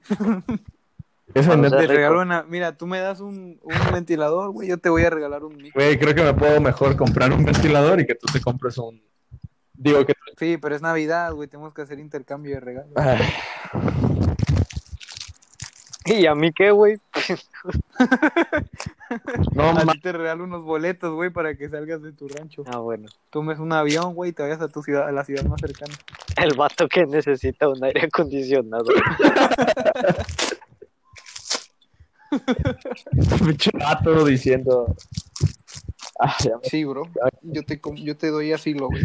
S2: Eso
S3: Bueno,
S2: no
S3: o sea,
S1: Te
S3: rico.
S1: regalo una. Mira, tú me das un, un ventilador, güey. Yo te voy a regalar un micro.
S2: Güey, creo que me puedo mejor comprar un ventilador y que tú te compres un. Digo que.
S1: Sí, pero es Navidad, güey. Tenemos que hacer intercambio de regalos.
S2: Ah,
S3: ¿Y a mí qué, güey? Ah,
S2: no
S1: A
S2: mames.
S1: ti te regalo unos boletos, güey, para que salgas de tu rancho.
S3: Ah, bueno.
S1: Tomes un avión, güey, y te vayas a tu ciudad, a la ciudad más cercana.
S3: El vato que necesita un aire acondicionado.
S4: Pinche vato diciendo. Ah, ya me-
S1: Sí, bro. Yo te, com- yo te doy asilo, güey.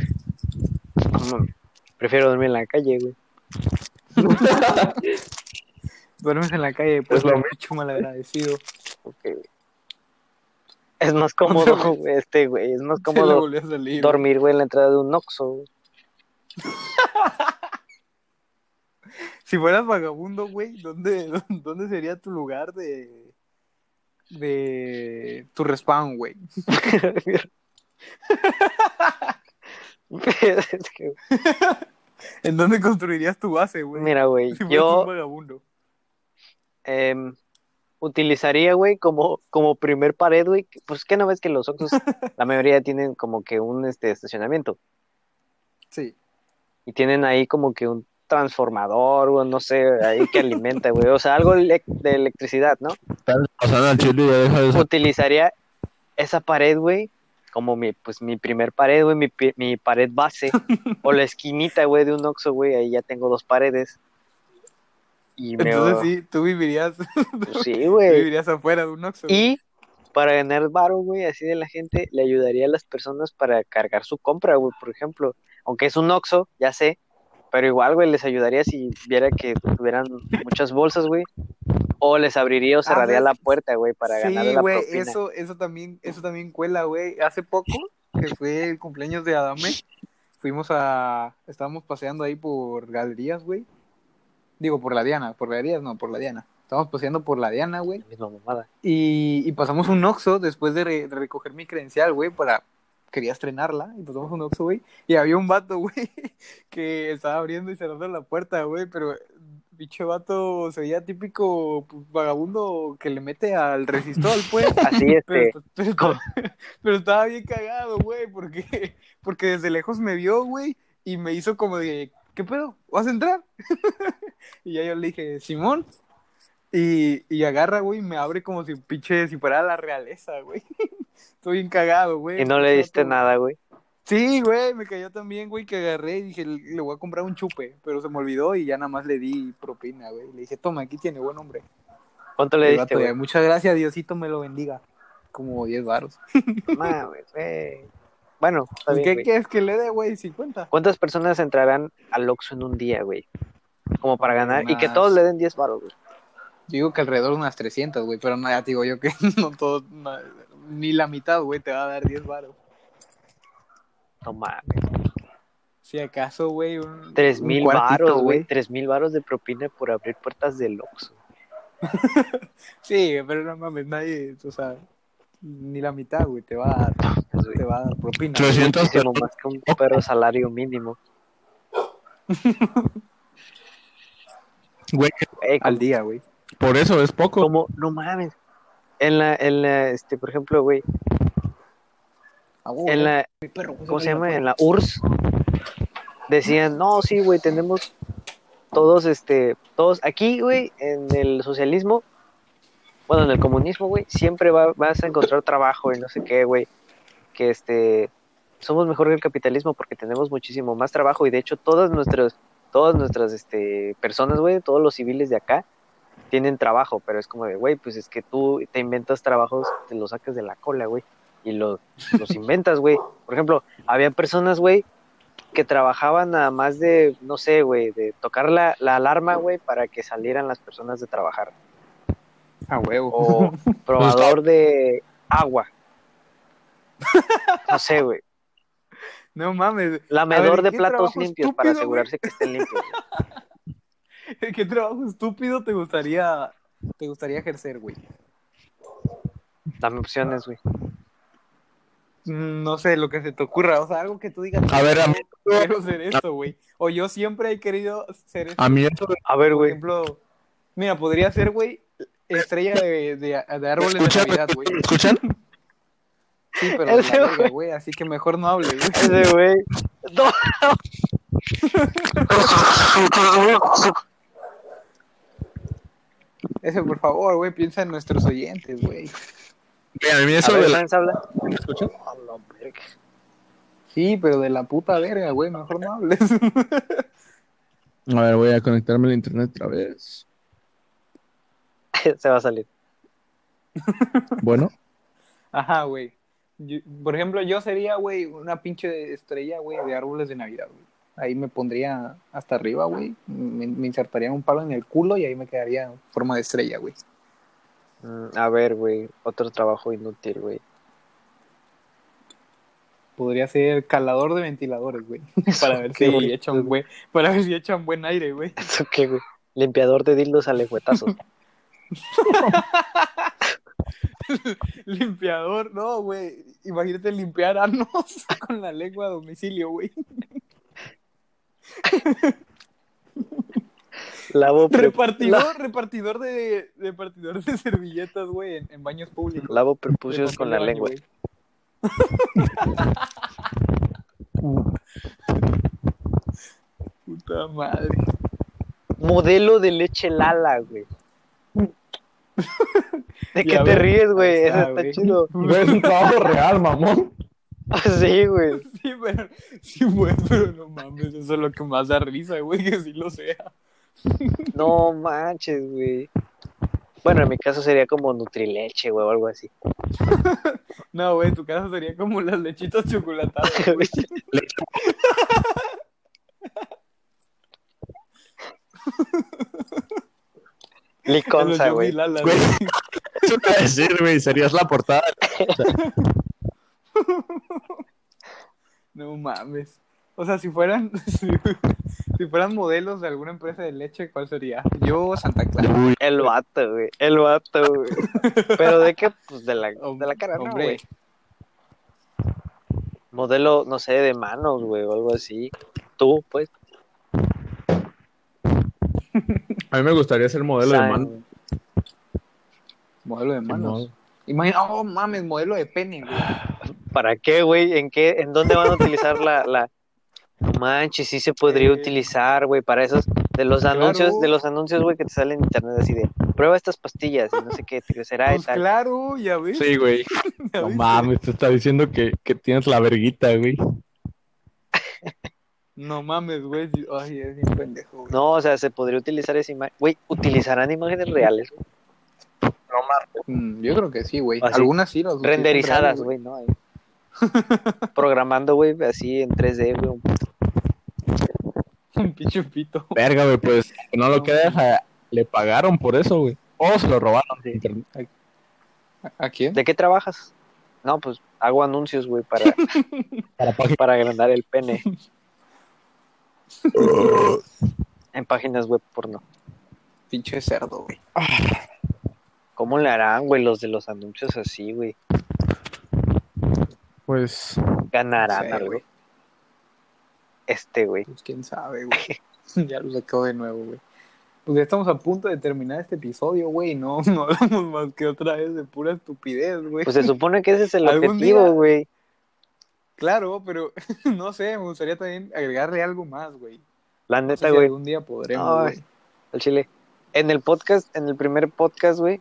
S3: No mames. Prefiero dormir en la calle, güey.
S1: Duermes en la calle,
S4: pues,
S1: pues
S4: lo
S1: lo mucho mal agradecido.
S3: porque, güey, Es más cómodo, güey, este, güey. Es más
S1: ¿Cómo lo
S3: cómodo
S1: volví a salir?
S3: dormir, güey, en la entrada de un Oxxo. güey.
S1: Si fueras vagabundo, güey, ¿dónde, ¿dónde sería tu lugar de. de. tu respawn, güey?
S3: Es que,
S1: ¿En dónde construirías tu base, güey?
S3: Mira, güey,
S1: si fueras un
S3: yo
S1: vagabundo.
S3: em, utilizaría, güey, como, como primer pared, güey. que- Pues que no ves que los Oxxos, la mayoría tienen como que un este, estacionamiento.
S1: Sí.
S3: y tienen ahí como que un transformador o no sé, ahí que alimenta, güey, o sea, algo elec- de electricidad, ¿no?
S4: Están pasando al chile y ya deja de
S3: Utilizaría esa pared, güey, como mi, pues, mi primer pared, güey, mi, pi- mi pared base, o la esquinita, güey, de un oxo, güey, ahí ya tengo dos paredes. Y me...
S1: Entonces sí, tú vivirías,
S3: pues, sí,
S1: tú
S3: güey.
S1: vivirías afuera de un Oxxo. güey.
S3: Y para ganar varo, güey, así de la gente, le ayudaría a las personas para cargar su compra, güey, por ejemplo. Aunque es un Oxxo, ya sé, pero igual, güey, les ayudaría si viera que tuvieran muchas bolsas, güey. O les abriría o cerraría
S1: ¿Sabes?
S3: la puerta, güey, para ganar
S1: Ah, sí,
S3: la
S1: güey,
S3: propina.
S1: eso, eso también, eso también cuela, güey. Hace poco, que fue el cumpleaños de Adame, fuimos a, estábamos paseando ahí por galerías, güey. Digo, por la Diana, por galerías, no, por la Diana. Estábamos paseando por la Diana, güey.
S3: La misma mamada.
S1: Y, y pasamos un Oxxo después de, re- de recoger mi credencial, güey, para... Quería estrenarla y pasamos un Oxxo, güey. Y había un vato, güey, que estaba abriendo y cerrando la puerta, güey, pero bicho vato se veía típico pues, vagabundo que le mete al resistor, pues.
S3: Así, este,
S1: Pero, pero-
S3: ¿Cómo?
S1: pero estaba bien cagado, güey, porque, porque desde lejos me vio, güey, y me hizo como de, ¿qué pedo? ¿Vas a entrar? y ya yo le dije, Simón. Y, y agarra, güey, y me abre como si pinche, si fuera la realeza, güey. Estoy bien cagado, güey.
S3: y no le diste
S1: Todo-
S3: nada, güey.
S1: Sí, güey, me cayó también, güey, que agarré y dije, le voy a comprar un chupe, pero se me olvidó y ya nada más le di propina, güey. Le dije, toma, aquí tiene buen hombre.
S3: ¿Cuánto le
S1: El
S3: diste,
S1: vato,
S3: güey?
S1: "Ay, Muchas gracias, Diosito me lo bendiga. Como 10 baros.
S3: Mames, güey. Bueno, está bien,
S1: ¿Qué
S3: güey.
S1: quieres que le dé, güey? 50.
S3: ¿Cuántas personas entrarán al Oxxo en un día, güey? Como para ganar, y que
S1: Más.
S3: todos le den 10 baros, güey.
S1: Digo que alrededor de unas 300, güey, pero no, ya te digo yo que no todo, no, ni la mitad, güey, te va a dar 10 baros.
S3: No mames.
S1: Si acaso, güey, un.
S3: Tres
S1: un
S3: mil
S1: cuartito,
S3: varos, güey. Tres mil varos de propina por abrir puertas del Oxxo.
S1: Sí, pero no mames, nadie, o sea, ni la mitad, güey, te va a dar,
S3: Pues, güey,
S1: te va a dar propina.
S4: 300
S3: muchísimo más que un perro salario mínimo.
S4: Güey,
S3: Ey,
S1: al día, güey.
S4: por eso es poco.
S3: como, Eh, no mames. En la, en la, este, por ejemplo, güey,
S1: Ah, güey,
S3: en la,
S1: mi perro, güey,
S3: ¿cómo se
S1: abre la
S3: llama? En
S1: puerta.
S3: la URSS decían, no, sí, güey, tenemos todos, este, todos, aquí, güey, en el socialismo, bueno, en el comunismo, güey, siempre va- vas a encontrar trabajo y no sé qué, güey, que este, somos mejor que el capitalismo porque tenemos muchísimo más trabajo y de hecho todas nuestras, todas nuestras, este, personas, güey, todos los civiles de acá tienen trabajo, pero es como de, güey, pues es que tú te inventas trabajos, te los sacas de la cola, güey, y los, los inventas, güey. Por ejemplo, había personas, güey, que trabajaban nada más de, no sé, güey, de tocar la, la alarma, güey, para que salieran las personas de trabajar.
S1: Ah, huevo.
S3: O probador de agua. No sé, güey.
S1: No mames,
S3: Lamedor
S1: ¿y
S3: de
S1: qué
S3: platos
S1: trabajo
S3: limpios
S1: estúpido,
S3: para
S1: güey?
S3: asegurarse que estén limpios. güey.
S1: ¿qué trabajo estúpido te gustaría, te gustaría ejercer, güey?
S3: Dame opciones, güey.
S1: Mm, No sé, lo que se te ocurra, o sea, algo que tú digas.
S4: A ver, a mí,
S1: quiero ser esto, güey. O yo siempre he querido ser esto.
S4: a mí eso de
S3: A ver,
S1: Por
S3: güey.
S1: ejemplo, mira, podría ser, güey, estrella de, de, de árboles
S4: Escucha,
S1: de Navidad, güey.
S4: ¿Me escuchan?
S1: Sí, pero
S3: Ese
S1: la
S3: güey.
S1: verga, güey, así que mejor no hable, güey.
S3: Ese, güey. No,
S1: Ese, por favor, güey, piensa en nuestros oyentes, güey.
S4: Güey, a mí
S3: a
S4: eso
S3: ver,
S4: de la...
S3: ¿sabes hablar?
S4: ¿Me escuchan?
S3: A la verga.
S1: Sí, pero de la puta verga, güey, mejor no hables.
S4: A ver, voy a conectarme al internet otra vez.
S3: Se va a salir.
S4: Bueno,
S1: Ajá, güey. Yo- Por ejemplo, yo sería, güey, una pinche estrella, güey, de árboles de Navidad, güey. Ahí me pondría hasta arriba, güey. Me, me insertaría un palo en el culo y ahí me quedaría en forma de estrella, güey.
S3: Mm, a ver, güey, otro trabajo inútil, güey.
S1: Podría ser calador de ventiladores, güey. Para ver si
S3: Ok.
S1: echan, güey. Para ver si echan buen aire, güey.
S3: ¿Eso qué, güey? Limpiador de dildos a lengüetazos.
S1: Limpiador, no, güey. Imagínate limpiar anos con la lengua a domicilio, güey.
S3: Lavo, pre-
S1: Repartidor, repartidor de repartidor de servilletas, güey, en, en baños públicos.
S3: lavo prepucios Pues con la
S1: Repartidor de
S3: lengua.
S1: baño, güey. Puta madre.
S3: Modelo de leche Lala, güey. ¿De qué
S1: Ya
S3: te
S1: ves,
S3: ríes, güey?
S1: ahí
S3: Eso
S1: está,
S3: está
S1: güey.
S3: chido. Ah,
S4: güey, es un trabajo real, mamón.
S3: Sí, güey.
S1: Sí, pero sí, güey, pero no mames, eso es lo que más da risa, güey, que sí lo sea.
S3: No manches, güey. Bueno, en mi caso sería como Nutrileche, güey, o algo así.
S1: No, güey, tu casa sería como las lechitas chocolatadas.
S3: Liconza, güey.
S4: Güey, Eso te iba a decir, güey, serías la portada.
S1: No mames. O sea, si fueran, si, si fueran modelos de alguna empresa de leche, ¿cuál sería? Yo, Santa Clara.
S4: Uy,
S3: El vato, güey. El vato, güey. Pero de qué? Pues de la, de la cara, no,
S1: Hombre.
S3: güey. Modelo, no sé, de manos, güey, o algo así. Tú, pues.
S4: A mí me gustaría ser modelo de
S3: San-
S4: mano.
S1: Modelo de manos.
S4: Simón.
S1: Imagina, oh mames, modelo de pene, güey.
S3: ¿Para qué, güey? ¿En qué? ¿En dónde van a utilizar la, la... No manches, sí se podría
S1: Eh.
S3: utilizar, güey, para esos de los
S1: Claro.
S3: anuncios, de los anuncios, güey, que te salen en internet así de prueba estas pastillas y no sé qué, te crecerá y
S1: Pues
S3: tal.
S1: claro, ya ves.
S4: Sí, güey.
S1: ya
S4: No
S1: ves.
S4: mames, te está diciendo que, que tienes la verguita, güey.
S1: No mames, güey. Ay, es bien pendejo. güey.
S3: No, o sea, se podría utilizar esa imagen. Güey, utilizarán imágenes reales, güey?
S1: Mm, yo creo que sí, güey.
S3: Así.
S1: Algunas sí las utilizan
S3: renderizadas,
S1: reales,
S3: güey, ¿no? Ahí. Programando, güey, así en 3D, güey.
S1: ¿Eh?
S3: un-
S1: Un pinche pito.
S4: Verga, güey, pues que no lo creas, a- le pagaron por eso, güey. O se lo robaron de internet.
S1: ¿A quién?
S3: ¿De qué trabajas? No, pues hago anuncios, güey, para,
S4: Para páginas.
S3: para agrandar el pene en páginas web porno.
S1: Pinche cerdo, güey.
S3: ¿Cómo le harán, güey, los de los anuncios así, güey?
S4: Pues
S3: Ganarán
S1: Sí,
S3: algo.
S1: güey.
S3: Este, güey.
S1: Pues quién sabe, güey. ya lo sacó de nuevo, güey. Pues ya estamos a punto de terminar este episodio, güey. No, no hablamos más que otra vez de pura estupidez, güey.
S3: Pues se supone que ese es el
S1: Algún
S3: objetivo,
S1: día.
S3: güey.
S1: claro, pero no sé, me gustaría también agregarle algo más, güey.
S3: La
S1: No sé
S3: neta,
S1: si
S3: güey.
S1: algún día podremos,
S3: No,
S1: güey.
S3: Al chile. En el podcast, en el primer podcast, güey.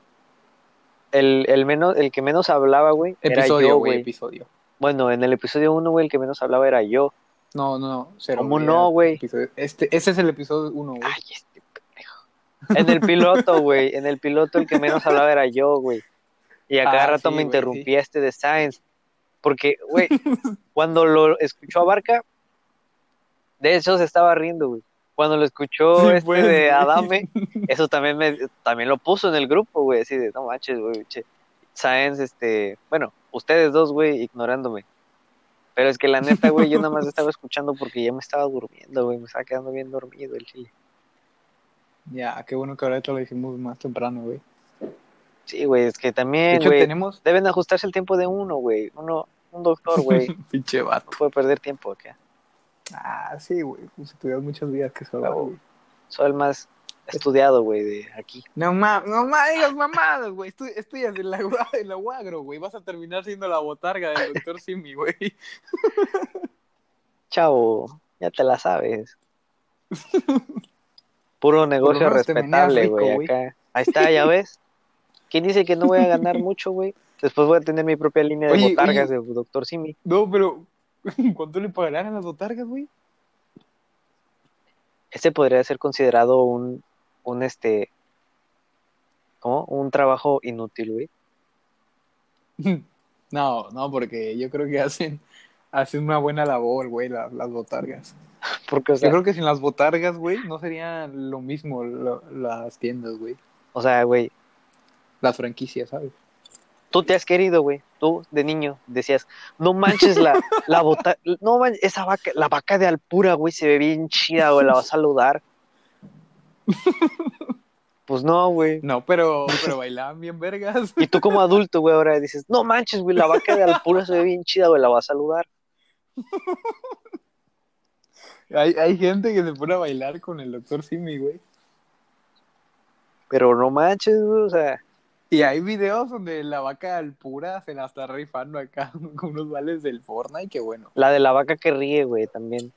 S3: El, el, menos, el que menos hablaba, güey, era
S1: Episodio,
S3: yo,
S1: güey,
S3: güey.
S1: episodio.
S3: Bueno, en el episodio 1, güey, el que menos hablaba era yo.
S1: No, no, no. Cero,
S3: ¿Cómo
S1: güey,
S3: no,
S1: era
S3: güey?
S1: episodio- Este, ese es el episodio uno, güey.
S3: Ay, este pendejo. En el piloto, güey. En el piloto el que menos hablaba era yo, güey. Y a cada
S1: Ah, sí,
S3: rato me
S1: güey,
S3: interrumpía este de Sainz. Porque, güey, cuando lo escuchó a Barca, de eso se estaba riendo, güey. Cuando lo escuchó
S1: Sí,
S3: este
S1: pues,
S3: de
S1: güey.
S3: Adame, eso también me también lo puso en el grupo, güey. Así de, no manches, güey. che. Sainz, este, bueno, ustedes dos, güey, ignorándome. Pero es que la neta, güey, yo nada más estaba escuchando porque ya me estaba durmiendo, güey. Me estaba quedando bien dormido el chile.
S1: Ya, qué bueno que ahora te lo dijimos más temprano, güey.
S3: Sí, güey, es que
S1: De
S3: también,
S1: hecho,
S3: Eh, güey,
S1: tenemos.
S3: deben ajustarse el tiempo de uno, güey. Uno, un doctor, güey, no
S1: Pinche vato.
S3: puede perder tiempo acá.
S1: Ah, sí, güey. Si tuvieras muchos días que solo.
S3: Bravo. Soy el más estudiado, güey, de aquí.
S1: No mames, no mames, digas mamadas, güey. Estu- estudias en la, gua- en la UAGRO, güey. Vas a terminar siendo la botarga del doctor Simi, güey.
S3: Chavo, ya te la sabes. Puro negocio
S1: menos te meneas
S3: respetable,
S1: rico,
S3: güey,
S1: güey.
S3: acá. Ahí está, ya ves. ¿Quién dice que no voy a ganar mucho, güey? Después voy a tener mi propia línea de
S1: Oye,
S3: botargas de Doctor Simi.
S1: No, pero ¿cuánto le pagarán a las botargas, güey?
S3: Este podría ser considerado un, un este, ¿cómo? Un trabajo inútil, güey.
S1: No, no, porque yo creo que hacen, hacen una buena labor, güey, la- las botargas.
S3: Porque, o
S1: Yo
S3: sea,
S1: creo que sin las botargas, güey, no sería lo mismo lo- las tiendas, güey.
S3: o sea, güey,
S1: Las franquicias, ¿sabes?
S3: tú te has querido, güey. Tú, de niño, decías, no manches la, la bota, no manches, esa vaca, la vaca de Alpura, güey, se ve bien chida, güey, la vas a saludar. Pues no, güey.
S1: No, pero, pero bailaban bien vergas.
S3: Y tú como adulto, güey, ahora dices, no manches, güey, la vaca de Alpura se ve bien chida, güey, la vas a saludar.
S1: Hay, hay gente que se pone a bailar con el doctor Simi, güey.
S3: Pero no manches, güey, o sea,
S1: Y hay videos donde la vaca al pura se la está rifando acá con unos vales del Fortnite, qué bueno.
S3: la de la vaca que ríe, güey, también.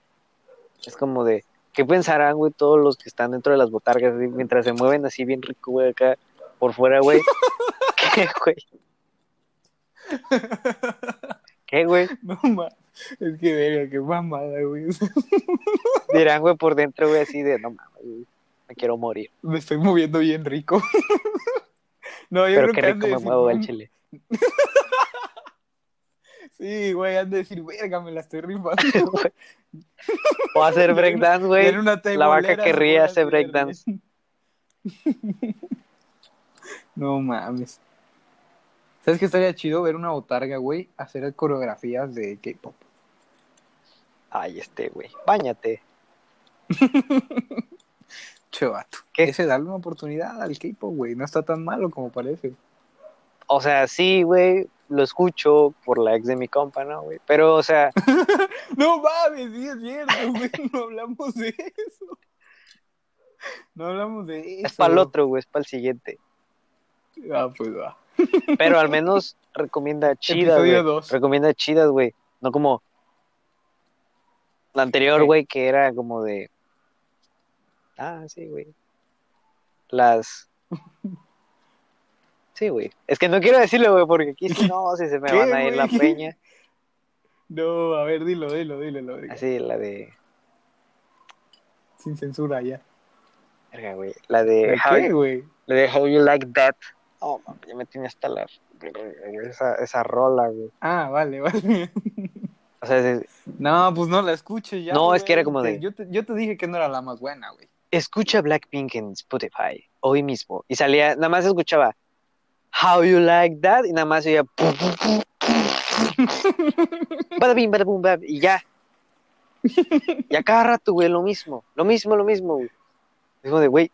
S3: Es como de, ¿qué pensarán, güey, todos los que están dentro de las botargas, güey, mientras se mueven así bien rico, güey, acá por fuera, güey? ¿Qué, güey? ¿Qué, güey?
S1: No más. Es que verga, qué mamada, güey.
S3: Dirán, güey, por dentro, güey, así de, no mames, güey, me quiero morir.
S1: Me estoy moviendo bien rico. No, yo
S3: Pero
S1: creo
S3: qué
S1: que han
S3: rico
S1: de
S3: me
S1: decir,
S3: muevo el
S1: "Mm,
S3: chile.
S1: Sí, güey, han de decir, verga, me la estoy rifando.
S3: O hacer breakdance, güey.
S1: Tiene una
S3: La vaca
S1: teibolera,
S3: que ríe
S1: seguro,
S3: hace
S1: así de
S3: breakdance.
S1: ríe. No mames. ¿Sabes qué estaría chido ver una botarga, güey? Hacer coreografías de K-pop.
S3: Ay, este, güey, báñate.
S1: Che, vato.
S3: ¿Qué?
S1: Ese darle una oportunidad al K-pop, güey. No está tan malo como parece.
S3: O sea, sí, güey, lo escucho por la ex de mi compa, ¿no, güey? Pero, o sea,
S1: No mames, sí es cierto, güey. No hablamos de eso. No hablamos de eso.
S3: es para el otro, güey, es para el siguiente.
S1: Ah, pues va.
S3: Pero al menos recomienda chidas,
S1: Episodio
S3: güey.
S1: dos.
S3: Recomienda chidas, güey. No como la anterior,
S1: Ok.
S3: güey, que era como de. Ah, sí, güey. Las. Sí, güey. Es que no quiero decirlo, güey, porque aquí sí, no, si se me
S1: ¿Qué,
S3: van a ir la
S1: güey?
S3: peña.
S1: No, a ver, dilo, dilo, dilo. la verga.
S3: Así, la de.
S1: Sin censura ya.
S3: Verga, güey. La de.
S1: ¿De ¿Qué, güey?
S3: La de How You Like That. Oh, mami, ya me tenía hasta la. Esa, esa rola, güey.
S1: Ah, vale, vale.
S3: O sea, es-
S1: No, pues no la escuches ya.
S3: No, es
S1: güey.
S3: que era como
S1: Te-
S3: de-
S1: Yo te, yo te dije que no era la más buena, güey.
S3: escucha Blackpink en Spotify hoy mismo. Y salía, nada más escuchaba How You Like That y nada más oía bada bim, bada bum, bada- y ya. Y a cada rato, güey, lo mismo, lo mismo, lo mismo, güey. Digo de, güey.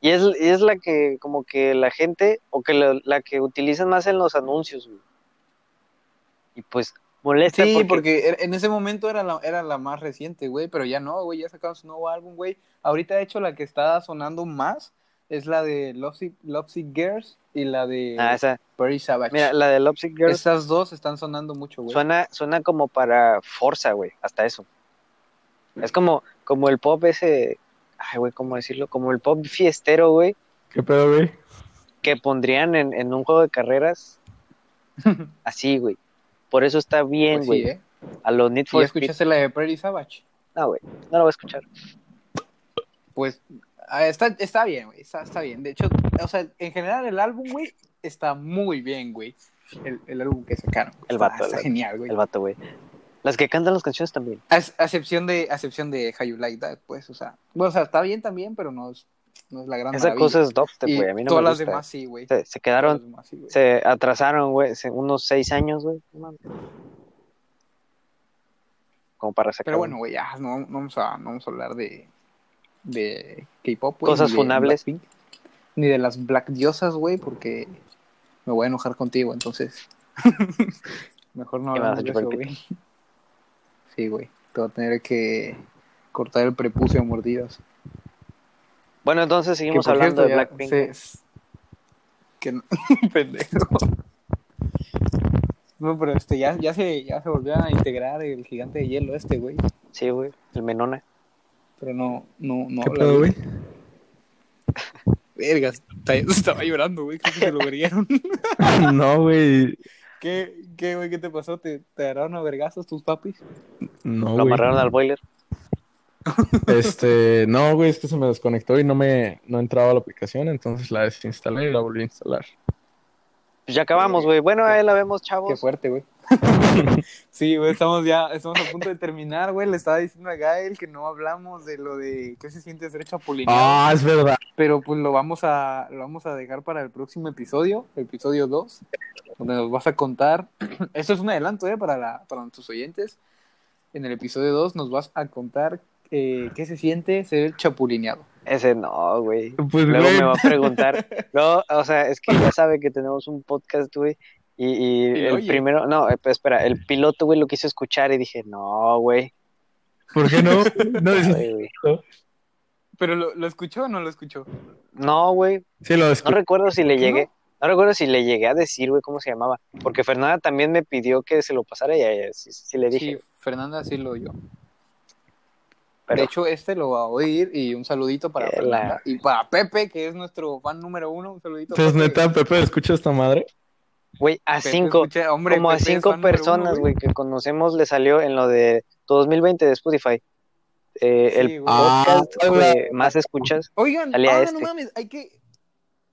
S3: Y es, y es la que, como que la gente, o que la, la que utilizan más en los anuncios, güey. Y pues molesta
S1: Sí, porque,
S3: porque
S1: er- en ese momento era la, era la más reciente, güey, pero ya no, güey, ya sacaron su nuevo álbum, güey. Ahorita, de hecho, la que está sonando más es la de Love Sick, Love Sick Girls y la de
S3: Ah, esa-
S1: Perry Savage.
S3: mira, la de Lovesick Girls
S1: Esas dos están sonando mucho, güey.
S3: Suena, suena como para Forza, güey, hasta eso. Es como, como el pop ese, ay, güey, ¿cómo decirlo? Como el pop fiestero, güey,
S4: ¿Qué pedo, güey?
S3: que pondrían en, en un juego de carreras. Así, güey. Por eso está bien,
S1: Pues
S3: güey.
S1: sí, ¿eh?
S3: A los Need
S1: ¿Y
S3: for Speed.
S1: escuchaste la de Perry Savage?
S3: No, güey, no lo voy a escuchar.
S1: Pues ah, está, está bien, güey. Está, está bien. De hecho, o sea, en general el álbum, güey, está muy bien, güey. El, el álbum que sacaron. güey.
S3: El
S1: está,
S3: vato, el
S1: está
S3: vato.
S1: genial, güey.
S3: El vato, güey. Las que cantan las canciones también.
S1: A, ex- a excepción de, a excepción de How You Like That, pues, o sea. Bueno, o sea, está bien también, pero no es, no es la gran
S3: Esa
S1: maravilla.
S3: cosa es dubstep,
S1: Y
S3: güey. A mí no
S1: todas
S3: me
S1: las
S3: gusta.
S1: demás sí, güey.
S3: Se, se
S1: Todas
S3: quedaron,
S1: las demás sí, güey.
S3: se atrasaron, güey, se- unos seis años, güey. no mames. Como para sacar
S1: Pero
S3: un-
S1: bueno, güey, ya no, no vamos a, no vamos a hablar de, de K-pop, güey,
S3: cosas
S1: ni Pues, de
S3: funables.
S1: Black- Ni de las Black Diosas, güey, porque me voy a enojar contigo, entonces. Mejor no
S3: Y me vas
S1: hablamos
S3: a
S1: de
S3: chupar
S1: eso,
S3: el
S1: güey. Sí, güey. Te voy a tener que cortar el prepucio a mordidas.
S3: Bueno, entonces
S1: Que,
S3: seguimos
S1: por
S3: hablando
S1: cierto,
S3: de
S1: ya
S3: Blackpink.
S1: se- s- Que no- pendejo. No, pero este, ya, ya, se, ya se volvió a integrar el gigante de hielo este, güey.
S3: Sí, güey, el
S1: Ah,
S3: Menona.
S1: Pero no, no, no.
S4: ¿Qué
S1: habla,
S4: pedo, güey?
S1: Vergas, está- estaba llorando, güey. Creo que se lo verían.
S4: No, güey.
S1: ¿Qué, qué, güey? ¿Qué te pasó? ¿Te, te agarraron a vergazos tus papis?
S4: No,
S3: Lo
S4: güey.
S3: amarraron al boiler.
S4: Este, no, güey, es que se me desconectó y no me no entraba la aplicación, entonces la desinstalé y la volví a instalar.
S3: Pues ya acabamos, güey. Bueno, ahí la vemos, chavos.
S1: Qué fuerte, güey. sí, güey, estamos ya, estamos a punto de terminar, güey. Le estaba diciendo a Gael que no hablamos de lo de qué se siente ser chapulineado.
S4: Ah, es verdad.
S1: Pero pues lo vamos a, lo vamos a dejar para el próximo episodio, el episodio 2, donde nos vas a contar. Esto es un adelanto, eh, para la, para nuestros oyentes. En el episodio 2 nos vas a contar eh, qué se siente ser chapulineado.
S3: Ese no, güey.
S4: Pues,
S3: Luego
S4: güey,
S3: me va a preguntar. No, o sea, es que ya sabe que tenemos un podcast, güey. Y, y
S1: Y lo
S3: el
S1: oye.
S3: primero, no, eh, pues, espera, el piloto, güey, lo quiso escuchar y dije, no, güey.
S4: ¿por qué no? No,
S3: no,
S4: sí,
S3: güey, güey.
S1: ¿Pero lo, lo escuchó o no lo escuchó?
S3: No, güey.
S4: sí lo
S3: No
S4: escuché.
S3: recuerdo si le
S1: ¿Por qué
S3: llegué. No recuerdo si le llegué a decir, güey, cómo se llamaba. Porque Fernanda también me pidió que se lo pasara y eh, sí, sí le dije.
S1: Sí, Fernanda sí lo oyó.
S3: Pero-
S1: De hecho, este lo va a oír y un saludito para
S3: Qué
S1: Fernanda
S3: la-
S1: y para Pepe, que es nuestro fan número uno. Un saludito.
S2: Pues
S4: Entonces,
S1: Pepe.
S4: neta, Pepe, ¿escucha esta madre?
S3: Güey, a
S1: Pepe,
S3: cinco,
S1: escucha, hombre,
S3: como a
S1: Pepe es
S3: cinco
S1: fan número
S3: personas,
S1: uno,
S3: güey, que conocemos le salió en lo de tu 2020 de Spotify. Eh,
S1: Sí,
S3: el
S1: güey.
S3: podcast,
S4: Ah,
S3: güey,
S4: güey.
S3: más escuchas.
S1: Oigan,
S3: Dale a
S1: ah,
S3: este.
S1: no mames, hay que.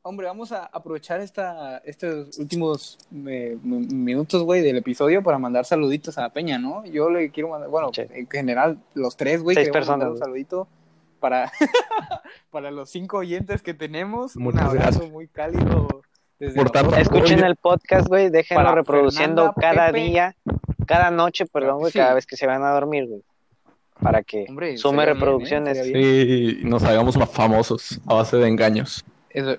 S1: Hombre, vamos a aprovechar esta, estos últimos eh, mi- minutos, güey, del episodio para mandar saluditos a la Peña, ¿no? Yo le quiero mandar, bueno,
S3: Sí.
S1: en general, los tres, güey,
S3: Seis
S1: queremos mandar un
S3: personas,
S1: saludito para, para los cinco oyentes que tenemos.
S4: Muchas
S1: un abrazo
S4: gracias.
S1: muy cálido. Desde
S4: Por tanto-
S1: nosotros.
S3: Escuchen
S4: Oye.
S3: el podcast, güey, déjenlo
S1: Para
S3: reproduciendo
S1: Fernanda,
S3: cada
S1: Pepe.
S3: día, cada noche, perdón, güey,
S1: Sí.
S3: cada vez que se van a dormir, güey. Para que
S1: Hombre, estaría
S3: sume
S1: bien, ¿eh?
S3: reproducciones.
S1: Estaría bien.
S4: Y nos hagamos más famosos a base de engaños.
S1: Eso-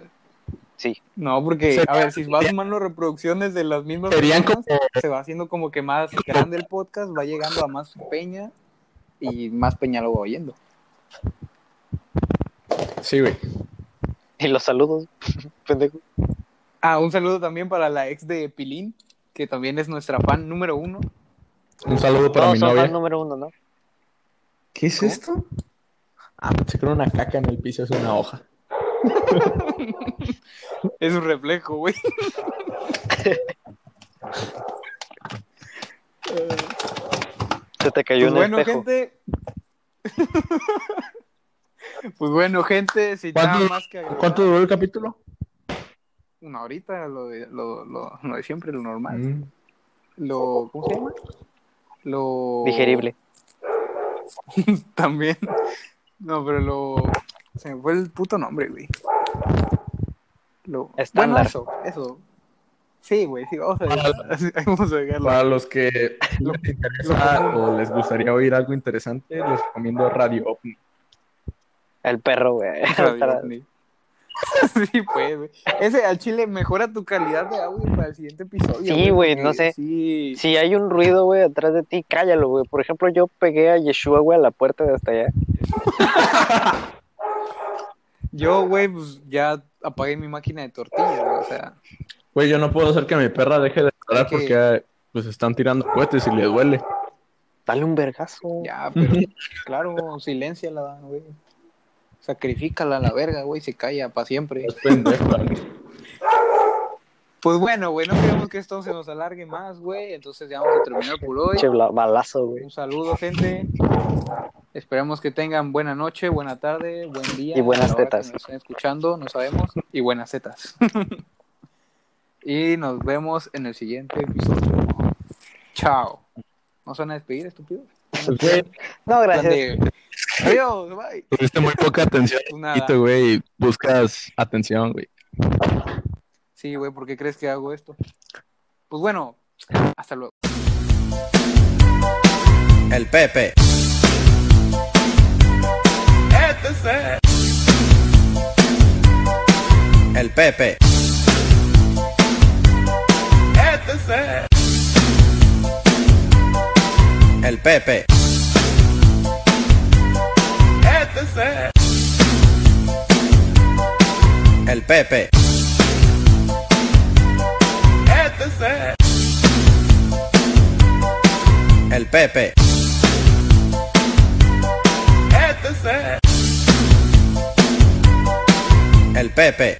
S3: Sí.
S1: No, porque, a
S4: Sería-
S1: ver, si vas sumando reproducciones de las mismas
S4: Serían como-
S1: se va haciendo como que más grande el podcast, va llegando a más peña y más peña lo va oyendo.
S4: Sí, güey.
S3: Y los saludos, pendejo.
S1: Ah, un saludo también para la ex de Pilín, que también es nuestra fan número uno.
S4: Un saludo para
S3: Todos
S4: mi
S3: son
S4: novia.
S3: fan número uno, ¿no?
S4: ¿Qué es esto? Ah, se creó una caca en el piso, es una hoja.
S1: Es un reflejo, güey.
S3: Se te cayó
S1: Pues
S3: un
S1: bueno,
S3: espejo.
S1: gente. Pues bueno, gente, si nada
S4: ¿Cuánto-
S1: más que agregar-
S4: ¿Cuánto duró el capítulo?
S1: No, ahorita lo de, lo, lo- lo de siempre, lo normal.
S4: Mm.
S1: Lo, ¿cómo se llama? Lo
S3: Digerible.
S1: También. No, pero lo. Se me fue el puto nombre, güey. Lo...
S3: Estándar.
S1: Bueno, eso, eso. Sí, güey, sí, vamos a dejarlo. Ahí vamos a dejarlo.
S4: Para los que les interesa o les gustaría oír algo interesante, les recomiendo Radio OVNI.
S3: El perro, güey.
S1: Radio OVNI. Sí, pues, güey. Ese al chile mejora tu calidad de audio para el siguiente episodio.
S3: Sí, güey, no
S1: porque
S3: sé.
S1: Sí.
S3: Si hay un ruido, güey, atrás de ti, cállalo, güey. Por ejemplo, yo pegué a Yeshua, güey, a la puerta de hasta allá.
S1: Yo, güey, pues ya apagué mi máquina de tortillas, güey, o sea.
S4: Güey, yo no puedo hacer que mi perra deje de ladrar
S1: Ok.
S4: porque pues están tirando cohetes y le duele.
S3: Dale un vergazo.
S1: Ya, pero claro, silénciala, güey. Sacrifícala a la verga, güey, se calla para siempre.
S4: Es pendejo.
S1: Pues bueno, güey, no queremos que esto se nos alargue más, güey. Entonces ya vamos a terminar por hoy.
S3: Che, bla- balazo, güey.
S1: Un saludo, gente. Esperemos que tengan buena noche, buena tarde, buen día.
S3: Y buenas
S1: a la hora que
S3: tetas.
S1: nos estén escuchando, no sabemos. Y buenas tetas. y nos vemos en el siguiente episodio. Chao. ¿No se van a despedir, estúpido?
S4: Pues, güey,
S3: No, gracias.
S1: Plan de- Adiós, bye.
S4: tuviste muy poca atención,
S1: Pues nada.
S4: chiquito, güey. Buscas atención, güey.
S1: Sí, güey, ¿por qué crees que hago esto? Pues bueno, hasta luego.
S6: El Pepe. El Pepe. El Pepe. El Pepe. El Pepe. El Pepe.